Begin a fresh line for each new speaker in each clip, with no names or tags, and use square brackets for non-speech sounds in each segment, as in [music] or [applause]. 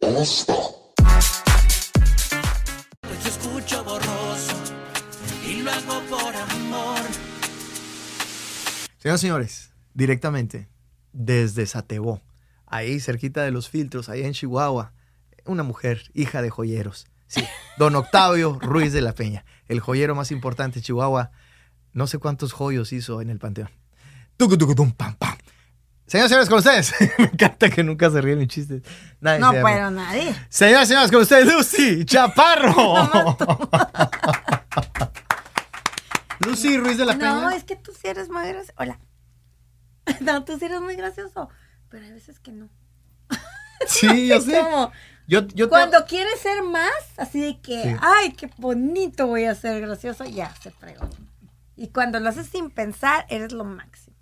gusta.
Pues yo escucho borroso y lo hago por amor.
Señoras y señores, directamente desde Satebó, ahí cerquita de los filtros, ahí en Chihuahua, una mujer, hija de joyeros.
[laughs]
Sí, don Octavio Ruiz de la Peña, el joyero más importante de Chihuahua. No sé cuántos joyos hizo en el panteón. Tucu, tucu, tum, pam, pam. Señoras y señores, con ustedes. [laughs] Me encanta que nunca se ríen mis chistes. Nadie
No,
se ríe.
pero nadie.
Señoras y señores, con ustedes, Lucy
[laughs]
Chaparro. [laughs] Lucy Ruiz de la Peña.
No, es que tú sí eres muy gracioso. Hola. [laughs] No, tú sí eres muy gracioso. Pero hay veces que no.
Sí, yo sé.
Como
Yo, yo te-
Cuando quieres ser más, así de que,
Sí.
ay, qué bonito voy a ser gracioso, ya se fregó. Y cuando lo haces sin pensar, eres lo máximo.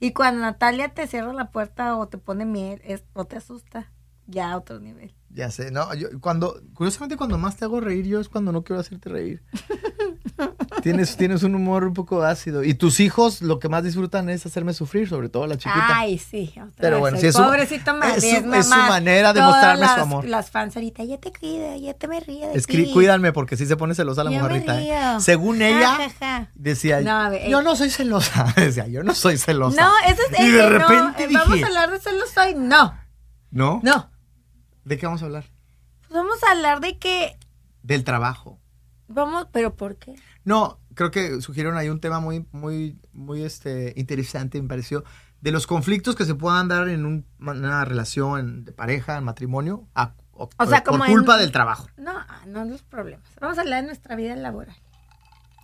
Y cuando Natalia te cierra la puerta o te pone miel, es, o te asusta, ya a otro nivel.
Ya sé, no, yo cuando, curiosamente cuando más te hago reír yo es cuando no quiero hacerte reír.
[laughs]
tienes, tienes un humor un poco ácido. Y tus hijos lo que más disfrutan es hacerme sufrir, sobre todo la chiquita.
Ay, sí. otra
Pero
vez
bueno,
el
sí, es su-
pobrecito me
es su-
arriesga
es su
más.
manera de
Todas
mostrarme su
las-
amor.
Las fans ahorita, ya te cuida, ya te me ríe de
Escri-
ti.
cuídanme porque sí se pone celosa la
Yo me
mujerita. ¿eh?
río.
Según
Ja,
ella,
ja, ja.
decía,
No, a ver,
yo
eh.
no soy celosa. [laughs] decía, yo no soy celosa.
No, eso es
Y
ese,
de
no,
repente
eh, Vamos
dije,
a hablar de celos hoy. No,
¿no?
no.
¿De qué vamos a hablar?
Pues vamos a hablar de que
Del trabajo.
Vamos, pero ¿por qué?
No, creo que sugirieron ahí un tema muy, muy, muy este, interesante, me pareció, de los conflictos que se puedan dar en un- una relación de pareja, en matrimonio, a- o- eh,
O sea,
por
como en-
culpa del trabajo.
No, ah, no los problemas. Vamos a hablar de nuestra vida laboral.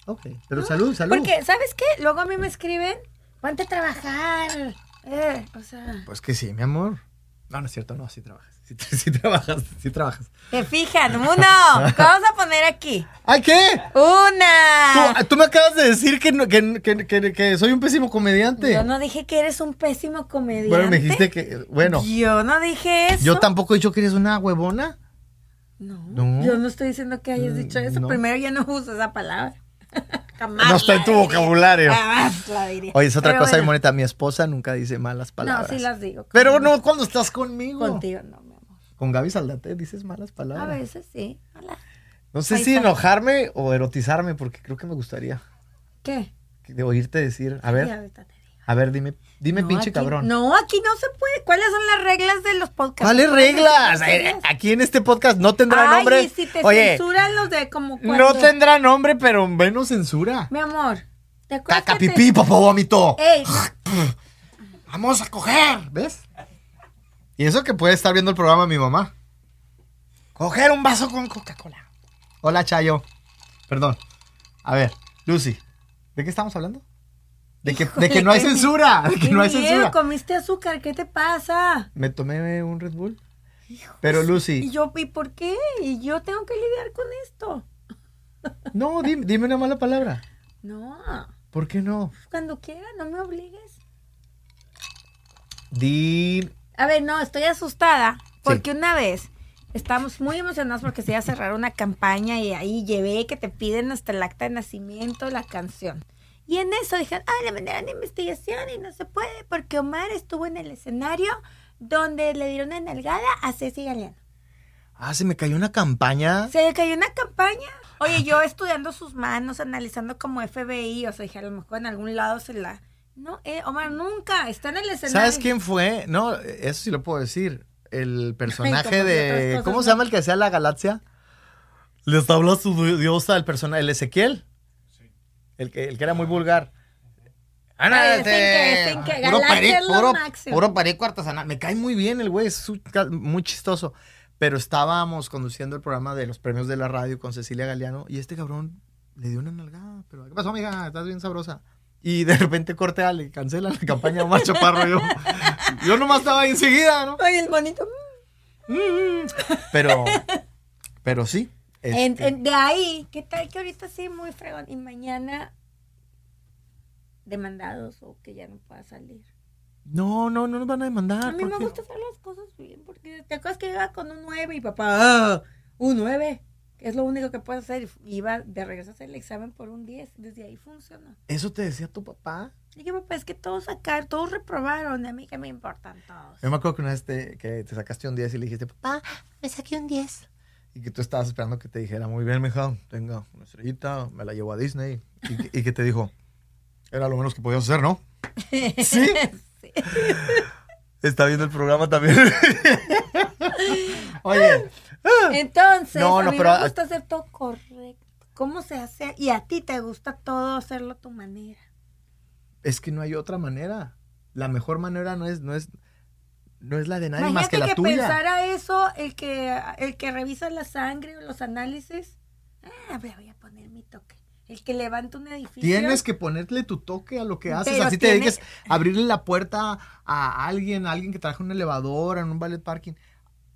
Ok, pero salud, salud.
Ah, Porque, ¿sabes qué? Luego a mí me escriben, ponte a trabajar. Eh, o sea,
Pues que sí, mi amor. No, no es cierto, no, sí trabajas. Sí, [laughs] sí trabajas, sí trabajas.
te
[laughs]
fijan, uno. ¿qué Vamos a poner aquí.
¡Ay, qué!
Ah. Una.
Tú, tú me acabas de decir que, no- que, que- que- que soy un pésimo comediante.
Yo no dije que eres un pésimo comediante.
bueno, me dijiste que. Bueno,
Yo no dije eso.
yo tampoco he dicho que eres una huevona.
No,
No. Mm,
Yo no estoy diciendo que hayas dicho eso.
no.
Primero, ya no uso esa palabra. [laughs] Jamás.
No está en
la
tu
diría.
vocabulario.
Jamás la diría.
Oye, es otra
Pero
cosa bien
bueno,
bonita. Mi esposa nunca dice malas palabras.
No, sí las digo.
Pero no cuando estás conmigo.
Contigo, no, mi amor.
Con Gaby Saldate dices malas
A
palabras.
veces sí. Hola.
no sé
ahí
si
está.
enojarme o erotizarme, porque creo que me gustaría
¿Qué?
de oírte decir, a
Ya,
ver,
ahorita te digo.
a ver, dime, dime
No,
pinche
aquí-
cabrón.
No, aquí no se puede. ¿Cuáles son las reglas de los podcasts?
¿Cuáles
No puedes
reglas?
decir
Eh,
groserías.
Aquí en este podcast no tendrá
Ay,
nombre.
y si te
Oye,
censuran los de como
no
cuando-
tendrá nombre, pero menos censura.
Mi amor, ¿te acuerdas
Caca,
que te-
pipí, popo, vómito.
Ey, no,
Vamos a coger. ¿Ves? Y eso que puede estar viendo el programa mi mamá. Coger un vaso con Coca-Cola. Hola, Chayo. Perdón. A ver, Lucy, ¿de qué estamos hablando? De que, de que no hay
Híjole, qué
[laughs] censura. De que
qué
no hay
miedo,
censura.
comiste azúcar, ¿qué te pasa?
Me tomé un Red Bull. Pero
Y
Lucy,
yo, ¿y por qué? Y yo tengo que lidiar con esto.
no, dime, dime una mala palabra.
No, pues
¿Por qué no?
cuando quiera, no me obligues.
Di.
A ver, no, estoy asustada porque una vez estamos muy emocionados porque se iba a cerrar una campaña y ahí llevé que te piden hasta el acta de nacimiento, la canción. Y en eso dijeron, ah, le mandaron investigación y no se puede porque Omar estuvo en el escenario donde le dieron una nalgada a Ceci Galeano.
Ah, se me cayó una campaña.
Se le cayó una campaña. Oye, yo estudiando sus manos, analizando como FBI, o sea, dije, a lo mejor en algún lado se la... No, eh, Omar, nunca, está en el escenario.
¿Sabes quién fue? No, eso sí lo puedo decir.
[laughs]
El
Ay,
personaje
como si otras
de.
cosas
¿Cómo se
no.
llama el que hacía la galaxia? Les habla su du- diosa, el personaje, el Ezequiel. El que, el que era muy vulgar. este,
Ay, dicen que- dicen que
puro
Galaxia
perico,
es lo
puro,
máximo.
puro perico artesanal. Me cae muy bien el güey, es un ca- muy chistoso. Pero estábamos conduciendo el programa de los premios de la radio con Cecilia Galeano y este cabrón le dio una nalgada. Pero, ¿qué pasó, amiga? Estás bien sabrosa. Y de repente corte a, le cancelan la campaña de Omar Chaparro. Yo, yo nomás estaba ahí enseguida, ¿no? Mm.
Oye, el bonito...
Pero, pero sí.
En-
este,
en- de ahí, ¿qué tal que ahorita sí muy fregón? Y mañana demandados o que ya no pueda salir.
No, no, no nos van a demandar.
A mí me
porque-
gusta hacer las cosas bien, porque te acuerdas que iba con un 9 y papá, "Ah, un 9, que es lo único que puedes hacer. Y iba de regreso a hacer el examen por un 10, desde ahí funcionó.
¿Eso te decía tu papá?
Le dije, papá, es que todos sacaron, todos reprobaron, a mí que me importan todos. [laughs]
Yo me acuerdo que una vez te, que te sacaste un 10 y le dijiste, papá, me saqué un 10. Y que tú estabas esperando que te dijera, muy bien, mija, tenga una estrellita, me la llevo a Disney. Y, que- y que te dijo, era lo menos que podías hacer, ¿no? ¿Sí?
Sí.
Está viendo el programa también. [laughs] Oye,
Entonces,
No,
a
no,
mí
pero-
me gusta hacer todo correcto. ¿Cómo se hace? Y a ti te gusta todo hacerlo a tu manera.
es que no hay otra manera. La mejor manera no es, no es, no es la de nadie más
Imagínate
que la tuya.
pensara eso el que, el que revisa la sangre o los análisis. Ah, voy voy a poner mi toque. El que levanta un edificio.
Tienes que ponerle tu toque a lo que haces.
Pero
Así te
tiene-
dediques a abrirle la puerta a alguien, a alguien que traje un elevador, en un ballet parking.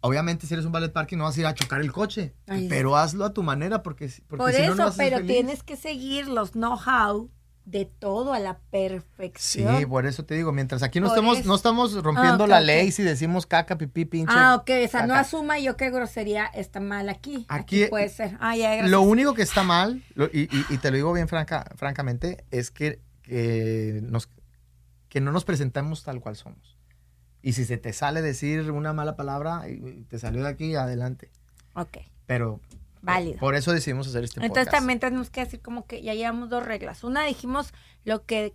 Obviamente, si eres un ballet parking, no vas a ir a chocar el coche.
Ahí
pero hazlo a tu manera, porque, si- porque
Por
si no,
eso,
no vas a ser
pero
feliz.
tienes que seguir los know-how de todo a la
Sí,
perfección.
por eso te digo, mientras aquí no
Por
estamos,
eso.
no estamos rompiendo
Ah, ok,
la
ok.
ley si decimos caca, pipí, pinche.
ah, ok, o sea, no
caca.
asuma yo que grosería está mal aquí.
Aquí-
Aquí, puede ser. Ah, ya, gracias.
Lo único que está mal, lo- y, y- y te lo digo bien franca, francamente, es que, que nos, que no nos presentamos tal cual somos. Y si se te sale decir una mala palabra, y- y te salió de aquí, adelante.
Ok,
Pero
válido.
por eso decidimos hacer este
Entonces
podcast.
también tenemos que decir como que ya llevamos dos reglas. Una dijimos lo que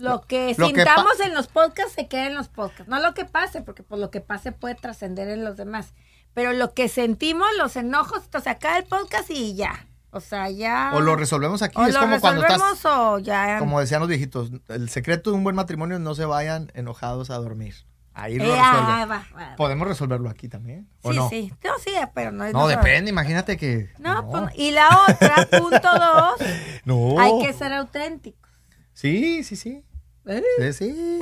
lo que
Lo que pa-
sintamos en los podcasts se queda en los podcasts, no lo que pase, porque pues lo que pase puede trascender en los demás. Pero lo que sentimos, los enojos, o sea, cada el podcast y ya. O sea, ya
O lo resolvemos aquí.
ah, o
es
lo
como cuando
resolvemos
estás,
o ya
como decían los viejitos, el secreto de un buen matrimonio es no se vayan enojados a dormir. Ahí lo
Eh, ah,
resuelven.
va, va, va.
Podemos resolverlo aquí también. ¿O
Sí,
no?
sí. No, sí, pero no es
No,
no-
depende, imagínate que.
No, pues, y la otra,
[laughs]
punto dos,
No.
hay que ser auténticos.
Sí, sí, sí.
¿Eh?
Sí, sí.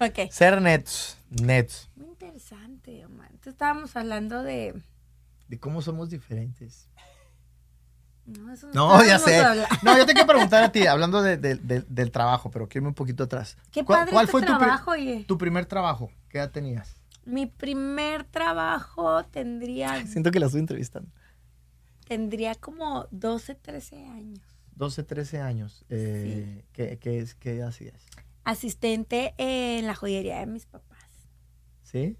Ok.
Ser nets. Nets.
Muy interesante, Omar. Entonces estábamos hablando de.
De cómo somos diferentes. Ah,
No, eso
No, ya
estábamos
sé.
habla-
No, yo te quiero preguntar a ti, hablando de- de- de- del trabajo, pero quiero irme un poquito atrás.
Qué
¿Cuál-
padre
¿Cuál
este
fue tu, pri-
trabajo, oye.
tu primer trabajo? ¿Qué edad tenías?
Mi primer trabajo tendría,
Siento que la estoy entrevistando.
tendría como 12, 13 años.
12, 13 años. Eh, ¿qué, qué, es- qué hacías?
Asistente en la joyería de mis papás.
¿Sí?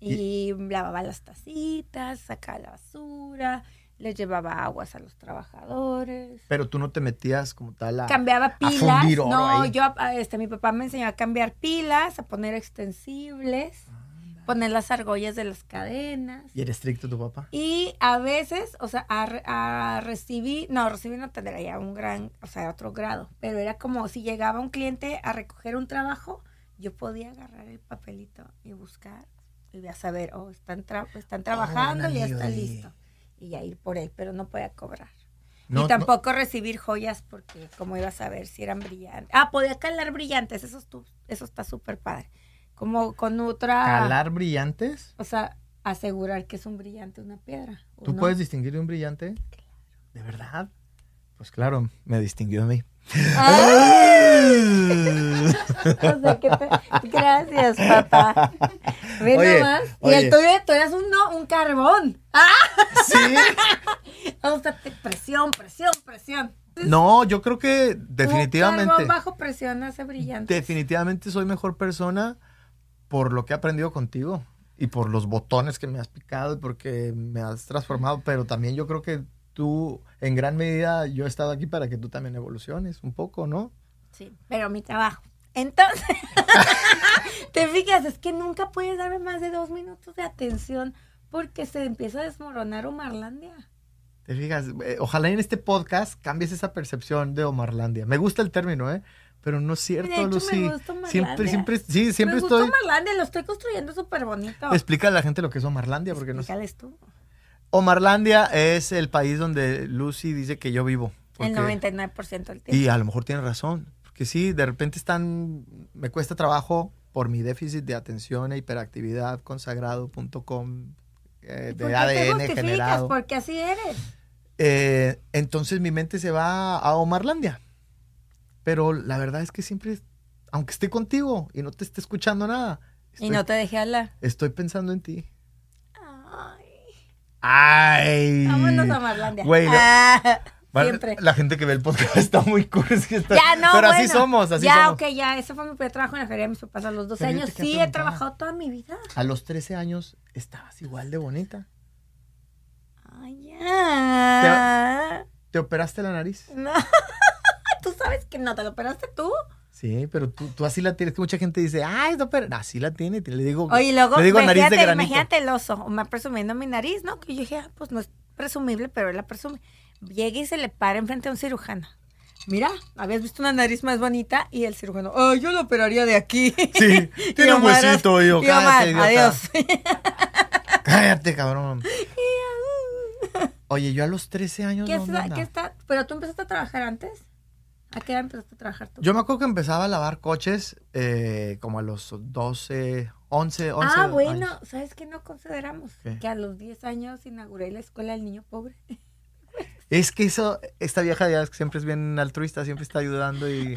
Y, lavaba las tacitas, sacaba la basura, les llevaba aguas a los trabajadores.
Pero tú no te metías como tal a...
cambiaba pilas.
fundir oro
no,
ahí.
yo, ah, este, mi papá me enseñó a cambiar pilas, a poner extensibles, poner las argollas de las cadenas.
¿Y era estricto tu papá?
Y a veces, o sea, a, re- a recibir, no, recibir no tendría ya un gran, o sea, otro grado, pero era como si llegaba un cliente a recoger un trabajo, yo podía agarrar el papelito y buscar y ya saber, oh, están, tra- están trabajando, ya está
Órale.
listo. Y ya ir por él, pero no podía cobrar.
No,
y tampoco recibir joyas porque como iba a saber si eran brillantes. Ah, podía calar brillantes, eso, estu- eso está súper padre. Como con otra...
¿Calar brillantes?
O sea, asegurar que es un brillante una piedra. ¿o
¿Tú
no?
puedes distinguir de un brillante? ¿De verdad? Pues claro, me distinguió a mí.
Ah, O sea, que te- Gracias, papá. Ve
Oye,
nomás. Y
oye.
el tuyo, tú eras un, no, un carbón. ¡Ah!
[laughs] Sí.
O sea, te- presión, presión, presión.
No, yo creo que
Un
definitivamente,
carbón bajo presión hace brillante.
definitivamente soy mejor persona por lo que he aprendido contigo y por los botones que me has picado y porque me has transformado, pero también yo creo que tú, en gran medida, yo he estado aquí para que tú también evoluciones un poco, ¿no?
Sí, pero mi trabajo. Entonces, [laughs] te fijas, es que nunca puedes darme más de dos minutos de atención porque se empieza a desmoronar Omarlandia.
Te fijas, eh, ojalá en este podcast cambies esa percepción de Omarlandia. Me gusta el término, ¿eh? Pero no es cierto,
De hecho, me
Lucy.
gusta Omarlandia.
siempre, siempre, sí, siempre
Me gustó
estoy.
Omarlandia, lo estoy construyendo súper bonito.
Explica a la gente lo que es Omarlandia, porque no sé.
Explícales tú.
Omarlandia es el país donde Lucy dice que yo vivo.
El
porque-
99% del tiempo.
Y a lo mejor tiene razón. Porque sí, de repente están. Me cuesta trabajo por mi déficit de atención e hiperactividad consagrado.com eh,
¿Y por
de
qué
ADN
te justificas?
generado.
Porque así eres.
Eh, entonces mi mente se va a Omarlandia. Pero la verdad es que siempre, aunque esté contigo y no te esté escuchando nada, estoy,
Y no te dejé hablar.
estoy pensando en ti.
Ay,
¡Ay!
vámonos a Marlandia.
Güey, lo-
Ah,
Vale,
Siempre.
La gente que ve el podcast [laughs] está muy cursi. está-
Ya, no,
Pero así
bueno.
somos, así
ya,
somos.
ok, ya. Ese fue mi primer trabajo en la feria de mis papás a los 12
Pero yo te
años.
quería
Sí, he
preguntar.
trabajado toda mi vida.
A los 13 años estabas igual de bonita.
Ay, Ah, ya.
¿Te operaste la nariz?
No. [laughs] Tú sabes que no, te lo operaste tú.
Sí, pero tú, tú así la tienes. que Mucha gente dice, ay, no, pero así la tiene. Te- Le digo,
Oye, y luego,
le digo nariz de
imagínate,
granito.
imagínate el oso, me presumiendo mi nariz, ¿no? Que yo dije, ah, pues no es presumible, pero él la presume. Llega y se le para enfrente a un cirujano. Mira, habías visto una nariz más bonita y el cirujano, oh, yo lo operaría de aquí.
Sí,
[laughs] Y
tiene un
Omar,
huesito, y yo,
y Omar,
"Cállate, idiota".
adiós.
[laughs] Cállate, cabrón. Oye, yo a los 13 años.
[laughs] ¿Qué,
no,
está,
nada.
qué está- ¿Pero tú empezaste a trabajar antes? ¿A qué edad empezaste a trabajar tú?
Yo me acuerdo que empezaba a lavar coches eh, como a los 12, 11, 11.
ah, bueno,
años.
¿sabes qué no consideramos?
¿Qué?
Que a los 10 años inauguré la escuela del niño pobre.
Es que eso, esta vieja ya siempre es bien altruista, siempre está ayudando
[laughs]
y.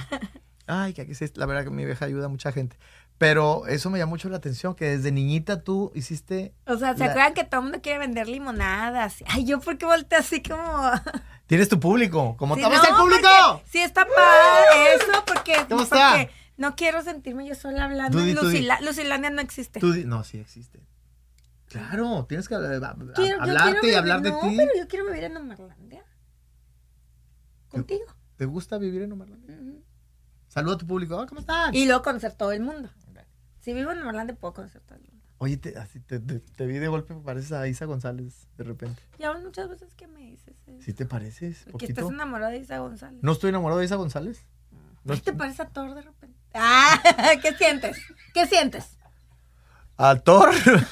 Ay, que aquí sí, la verdad que mi vieja ayuda a mucha gente. Pero eso me llama mucho la atención, que desde niñita tú hiciste.
O sea, ¿se
La-
acuerdan que todo el mundo quiere vender limonadas? Ay, yo porque volteé así como... [laughs]
Tienes tu público. ¿Cómo
Sí,
te ves
no,
el público?
porque- sí, está padre eso, porque,
¿Cómo
porque
está?
no quiero sentirme yo sola hablando.
Tú di,
en
tú di.
Lucila- Lucilandia no existe.
Tú di- no, sí existe. Claro, tienes que eh, a- a-
Quiero- yo quiero
hablarte y
vivir-
hablar de
no,
ti.
pero yo quiero vivir en Omarlandia. Contigo.
¿Te gusta vivir en Omarlandia?
Ujú.
Saluda a tu público. "Ah, ¿Cómo estás?
Y luego conocer todo el mundo. Si vivo en Omarlandia, puedo conocer todo el mundo.
Oye, te, así te, te- te vi de golpe, me pareces a Isa González de repente.
Ya van muchas veces que me dices eso.
¿Sí te pareces?
que
Poquito.
estás enamorada de Isa González.
¿No estoy enamorado de Isa González? No
Mm. Ay,
estoy-
te parece a Thor de repente. [laughs] Ah, ¿qué sientes? ¿Qué sientes?
¿Al Thor? [laughs]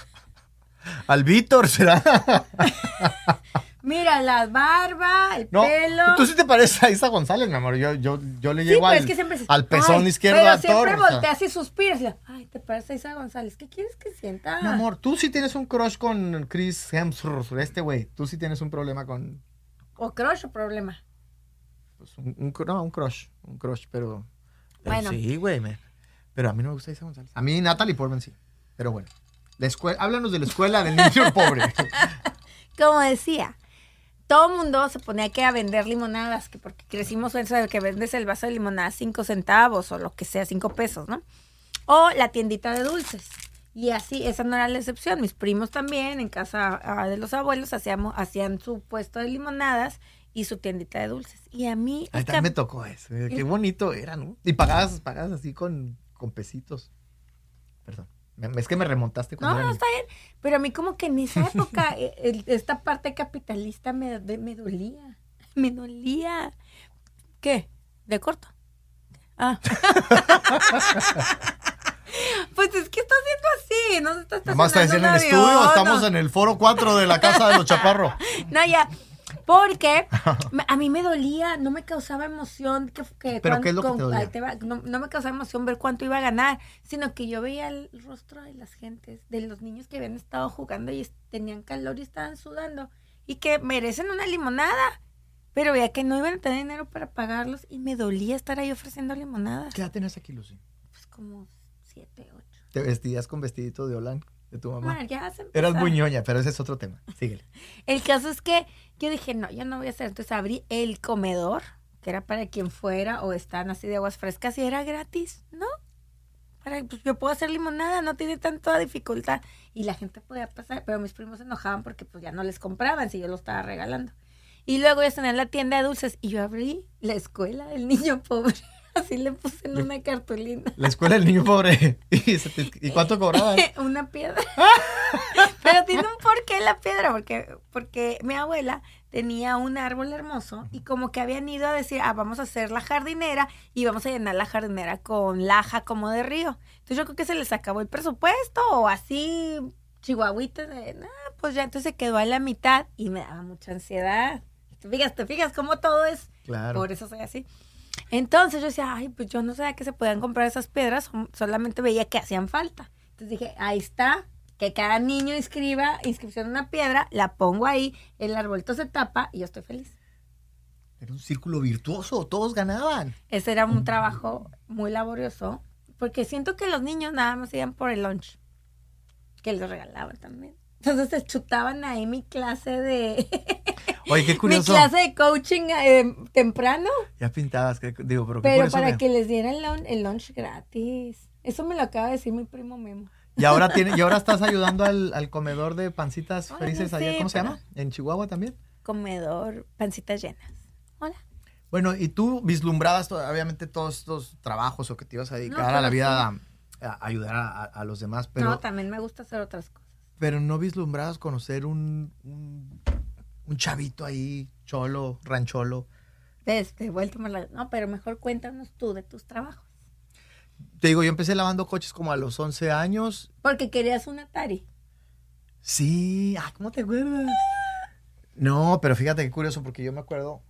¿Al Víctor será? [laughs]
Mira, la barba, el
No,
pelo.
tú sí te pareces a Isa González, mi amor. Yo, yo, yo le
Sí,
llego
pero
al,
es que siempre se-
al pezón
Ay,
izquierdo
pero
a Thor.
siempre
o sea.
volteas y suspiras. y le- Ay, te parece a Isa González. ¿Qué quieres que sienta?
Mi amor, tú sí tienes un crush con Chris Hemsworth, este güey. Tú sí tienes un problema con...
O crush o problema.
pues, un, un cr- no, un crush, un crush, pero... pero
Bueno.
Sí, güey. me- Pero a mí no me gusta Isa González. A mí Natalie Portman sí, pero bueno. La escuela, háblanos de la escuela del niño [laughs] pobre.
Como decía, todo el mundo se ponía que a vender limonadas, que porque crecimos en eso de que vendes el vaso de limonada cinco centavos o lo que sea, cinco pesos, ¿no? O la tiendita de dulces. Y así, esa no era la excepción. Mis primos también, en casa ah, de los abuelos, hacíamos, hacían su puesto de limonadas y su tiendita de dulces. Y a mí...
Ahí
el
también me
cam-
tocó eso. eh, Qué bonito era, ¿no? Y pagabas, pagabas así con, con pesitos. Perdón. Me- Es que me remontaste cuando
No,
era
no,
niño.
está bien. Pero a mí como que
[laughs]
en esa época eh, el- esta parte capitalista me, de- me dolía. Me dolía. ¿Qué? ¿De corto? Ah. [laughs] pues es que está haciendo así. No se está
Nada más está diciendo en
estacionando
el
un
estudio,
avión,
estamos
no.
en el foro 4 de la casa
[laughs]
de los chaparros.
No, ya.
[laughs]
Porque me- a mí me dolía, no me causaba emoción. Que, que
¿Pero qué es lo que
cuán-
te dolía?
ahí va, no, no me causaba emoción ver cuánto iba a ganar, sino que yo veía el rostro de las gentes, de los niños que habían estado jugando y es- tenían calor y estaban sudando y que merecen una limonada. Pero veía que no iban a tener dinero para pagarlos y me dolía estar ahí ofreciendo limonadas.
¿Qué edad tenías aquí, Lucy?
Pues como siete, ocho.
Te vestías con vestidito de Olan, de tu mamá.
Bueno, ya se
Eras
empezaba.
muy ñoña, pero ese es otro tema. Síguele.
El caso es que yo dije, no, yo no voy a hacer. Entonces abrí el comedor, que era para quien fuera o están así de aguas frescas y era gratis, ¿no? Para, pues yo puedo hacer limonada, no tiene tanta dificultad. Y la gente podía pasar, pero mis primos se enojaban porque pues ya no les compraban si yo lo estaba regalando. Y luego ya tenía la tienda de dulces y yo abrí la escuela del niño pobre. [laughs] Así le puse en una cartulina.
La escuela del niño pobre. [laughs] ¿Y, se te- ¿y cuánto
[laughs]
cobrabas?
Una piedra. Pero tiene un porqué la piedra, porque, porque mi abuela tenía un árbol hermoso y como que habían ido a decir, ah, vamos a hacer la jardinera y vamos a llenar la jardinera con laja como de río. Entonces yo creo que se les acabó el presupuesto o así chihuahuitas de, "Nah, pues ya entonces se quedó a la mitad y me daba mucha ansiedad. Te fijas, te fijas cómo todo es
Claro.
por eso soy así. Entonces yo decía, ay, pues yo no sabía que se podían comprar esas piedras, som- solamente veía que hacían falta. Entonces dije, ahí está, que cada niño inscriba inscripción en una piedra, la pongo ahí, el arbolito se tapa y yo estoy feliz.
Era un círculo virtuoso, todos ganaban.
Ese era un trabajo muy laborioso, porque siento que los niños nada más iban por el lunch, que les regalaban también. Entonces se chutaban ahí mi clase de... [laughs]
Oye, qué
Mi
curioso.
clase de coaching eh, temprano,
Ya pintabas, que- digo, pero qué
pero
curioso.
para
me-
que les dieran la- el lunch gratis. Eso me lo acaba de decir mi primo Memo.
Y ahora tiene, y ahora estás ayudando al, al comedor de pancitas
Ay,
felices
no
allá,
sé,
¿cómo se
pero-
llama? En Chihuahua también.
Comedor, pancitas llenas. Hola.
Bueno, y tú vislumbrabas to- obviamente todos estos trabajos o que te ibas a dedicar a la
pero
vida a, a ayudar a, a- a los demás, pero
no, también me gusta hacer otras cosas.
pero no vislumbrabas conocer un, un, un chavito ahí, cholo, rancholo.
Ves, de vuelta me la- No, pero mejor cuéntanos tú de tus trabajos.
Te digo, yo empecé lavando coches como a los 11 años.
Porque querías un Atari.
Sí, ah, ¿cómo te acuerdas? No, pero fíjate qué curioso, porque yo me acuerdo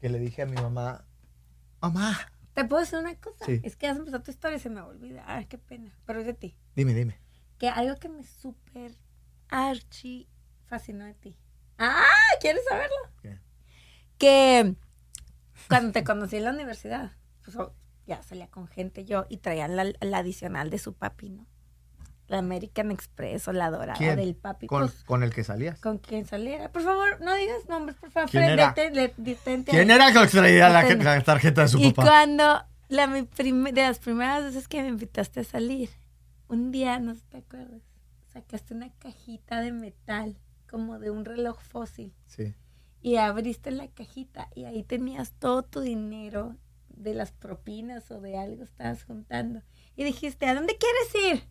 que le dije a mi mamá, mamá,
¿Te puedo decir una cosa?
Sí.
Es que has empezado tu historia y se me olvida. Ay, qué pena. Pero es de ti.
dime, dime.
Que algo que me súper archi fascinó de ti. ¡Ah! ¿Quieres saberlo?
¿Qué?
Que cuando te conocí en la universidad, pues oh, ya salía con gente yo y traían la, la adicional de su papi, ¿no? La American Express o la dorada
¿Quién?
del papi.
con,
pues,
con el que salías.
con quien saliera. Por favor, no digas nombres, por favor.
¿Quién
Fred,
era?
deten- le- detente
¿Quién
ahí.
era el que extraía la,
Detén.
la tarjeta de su
Y
papá?
cuando, la, mi prim- de las primeras veces que me invitaste a salir, un día, no sé si te acuerdas, sacaste una cajita de metal, como de un reloj fósil,
Sí.
y abriste la cajita y ahí tenías todo tu dinero de las propinas o de algo estabas juntando. Y dijiste, ¿a dónde quieres ir?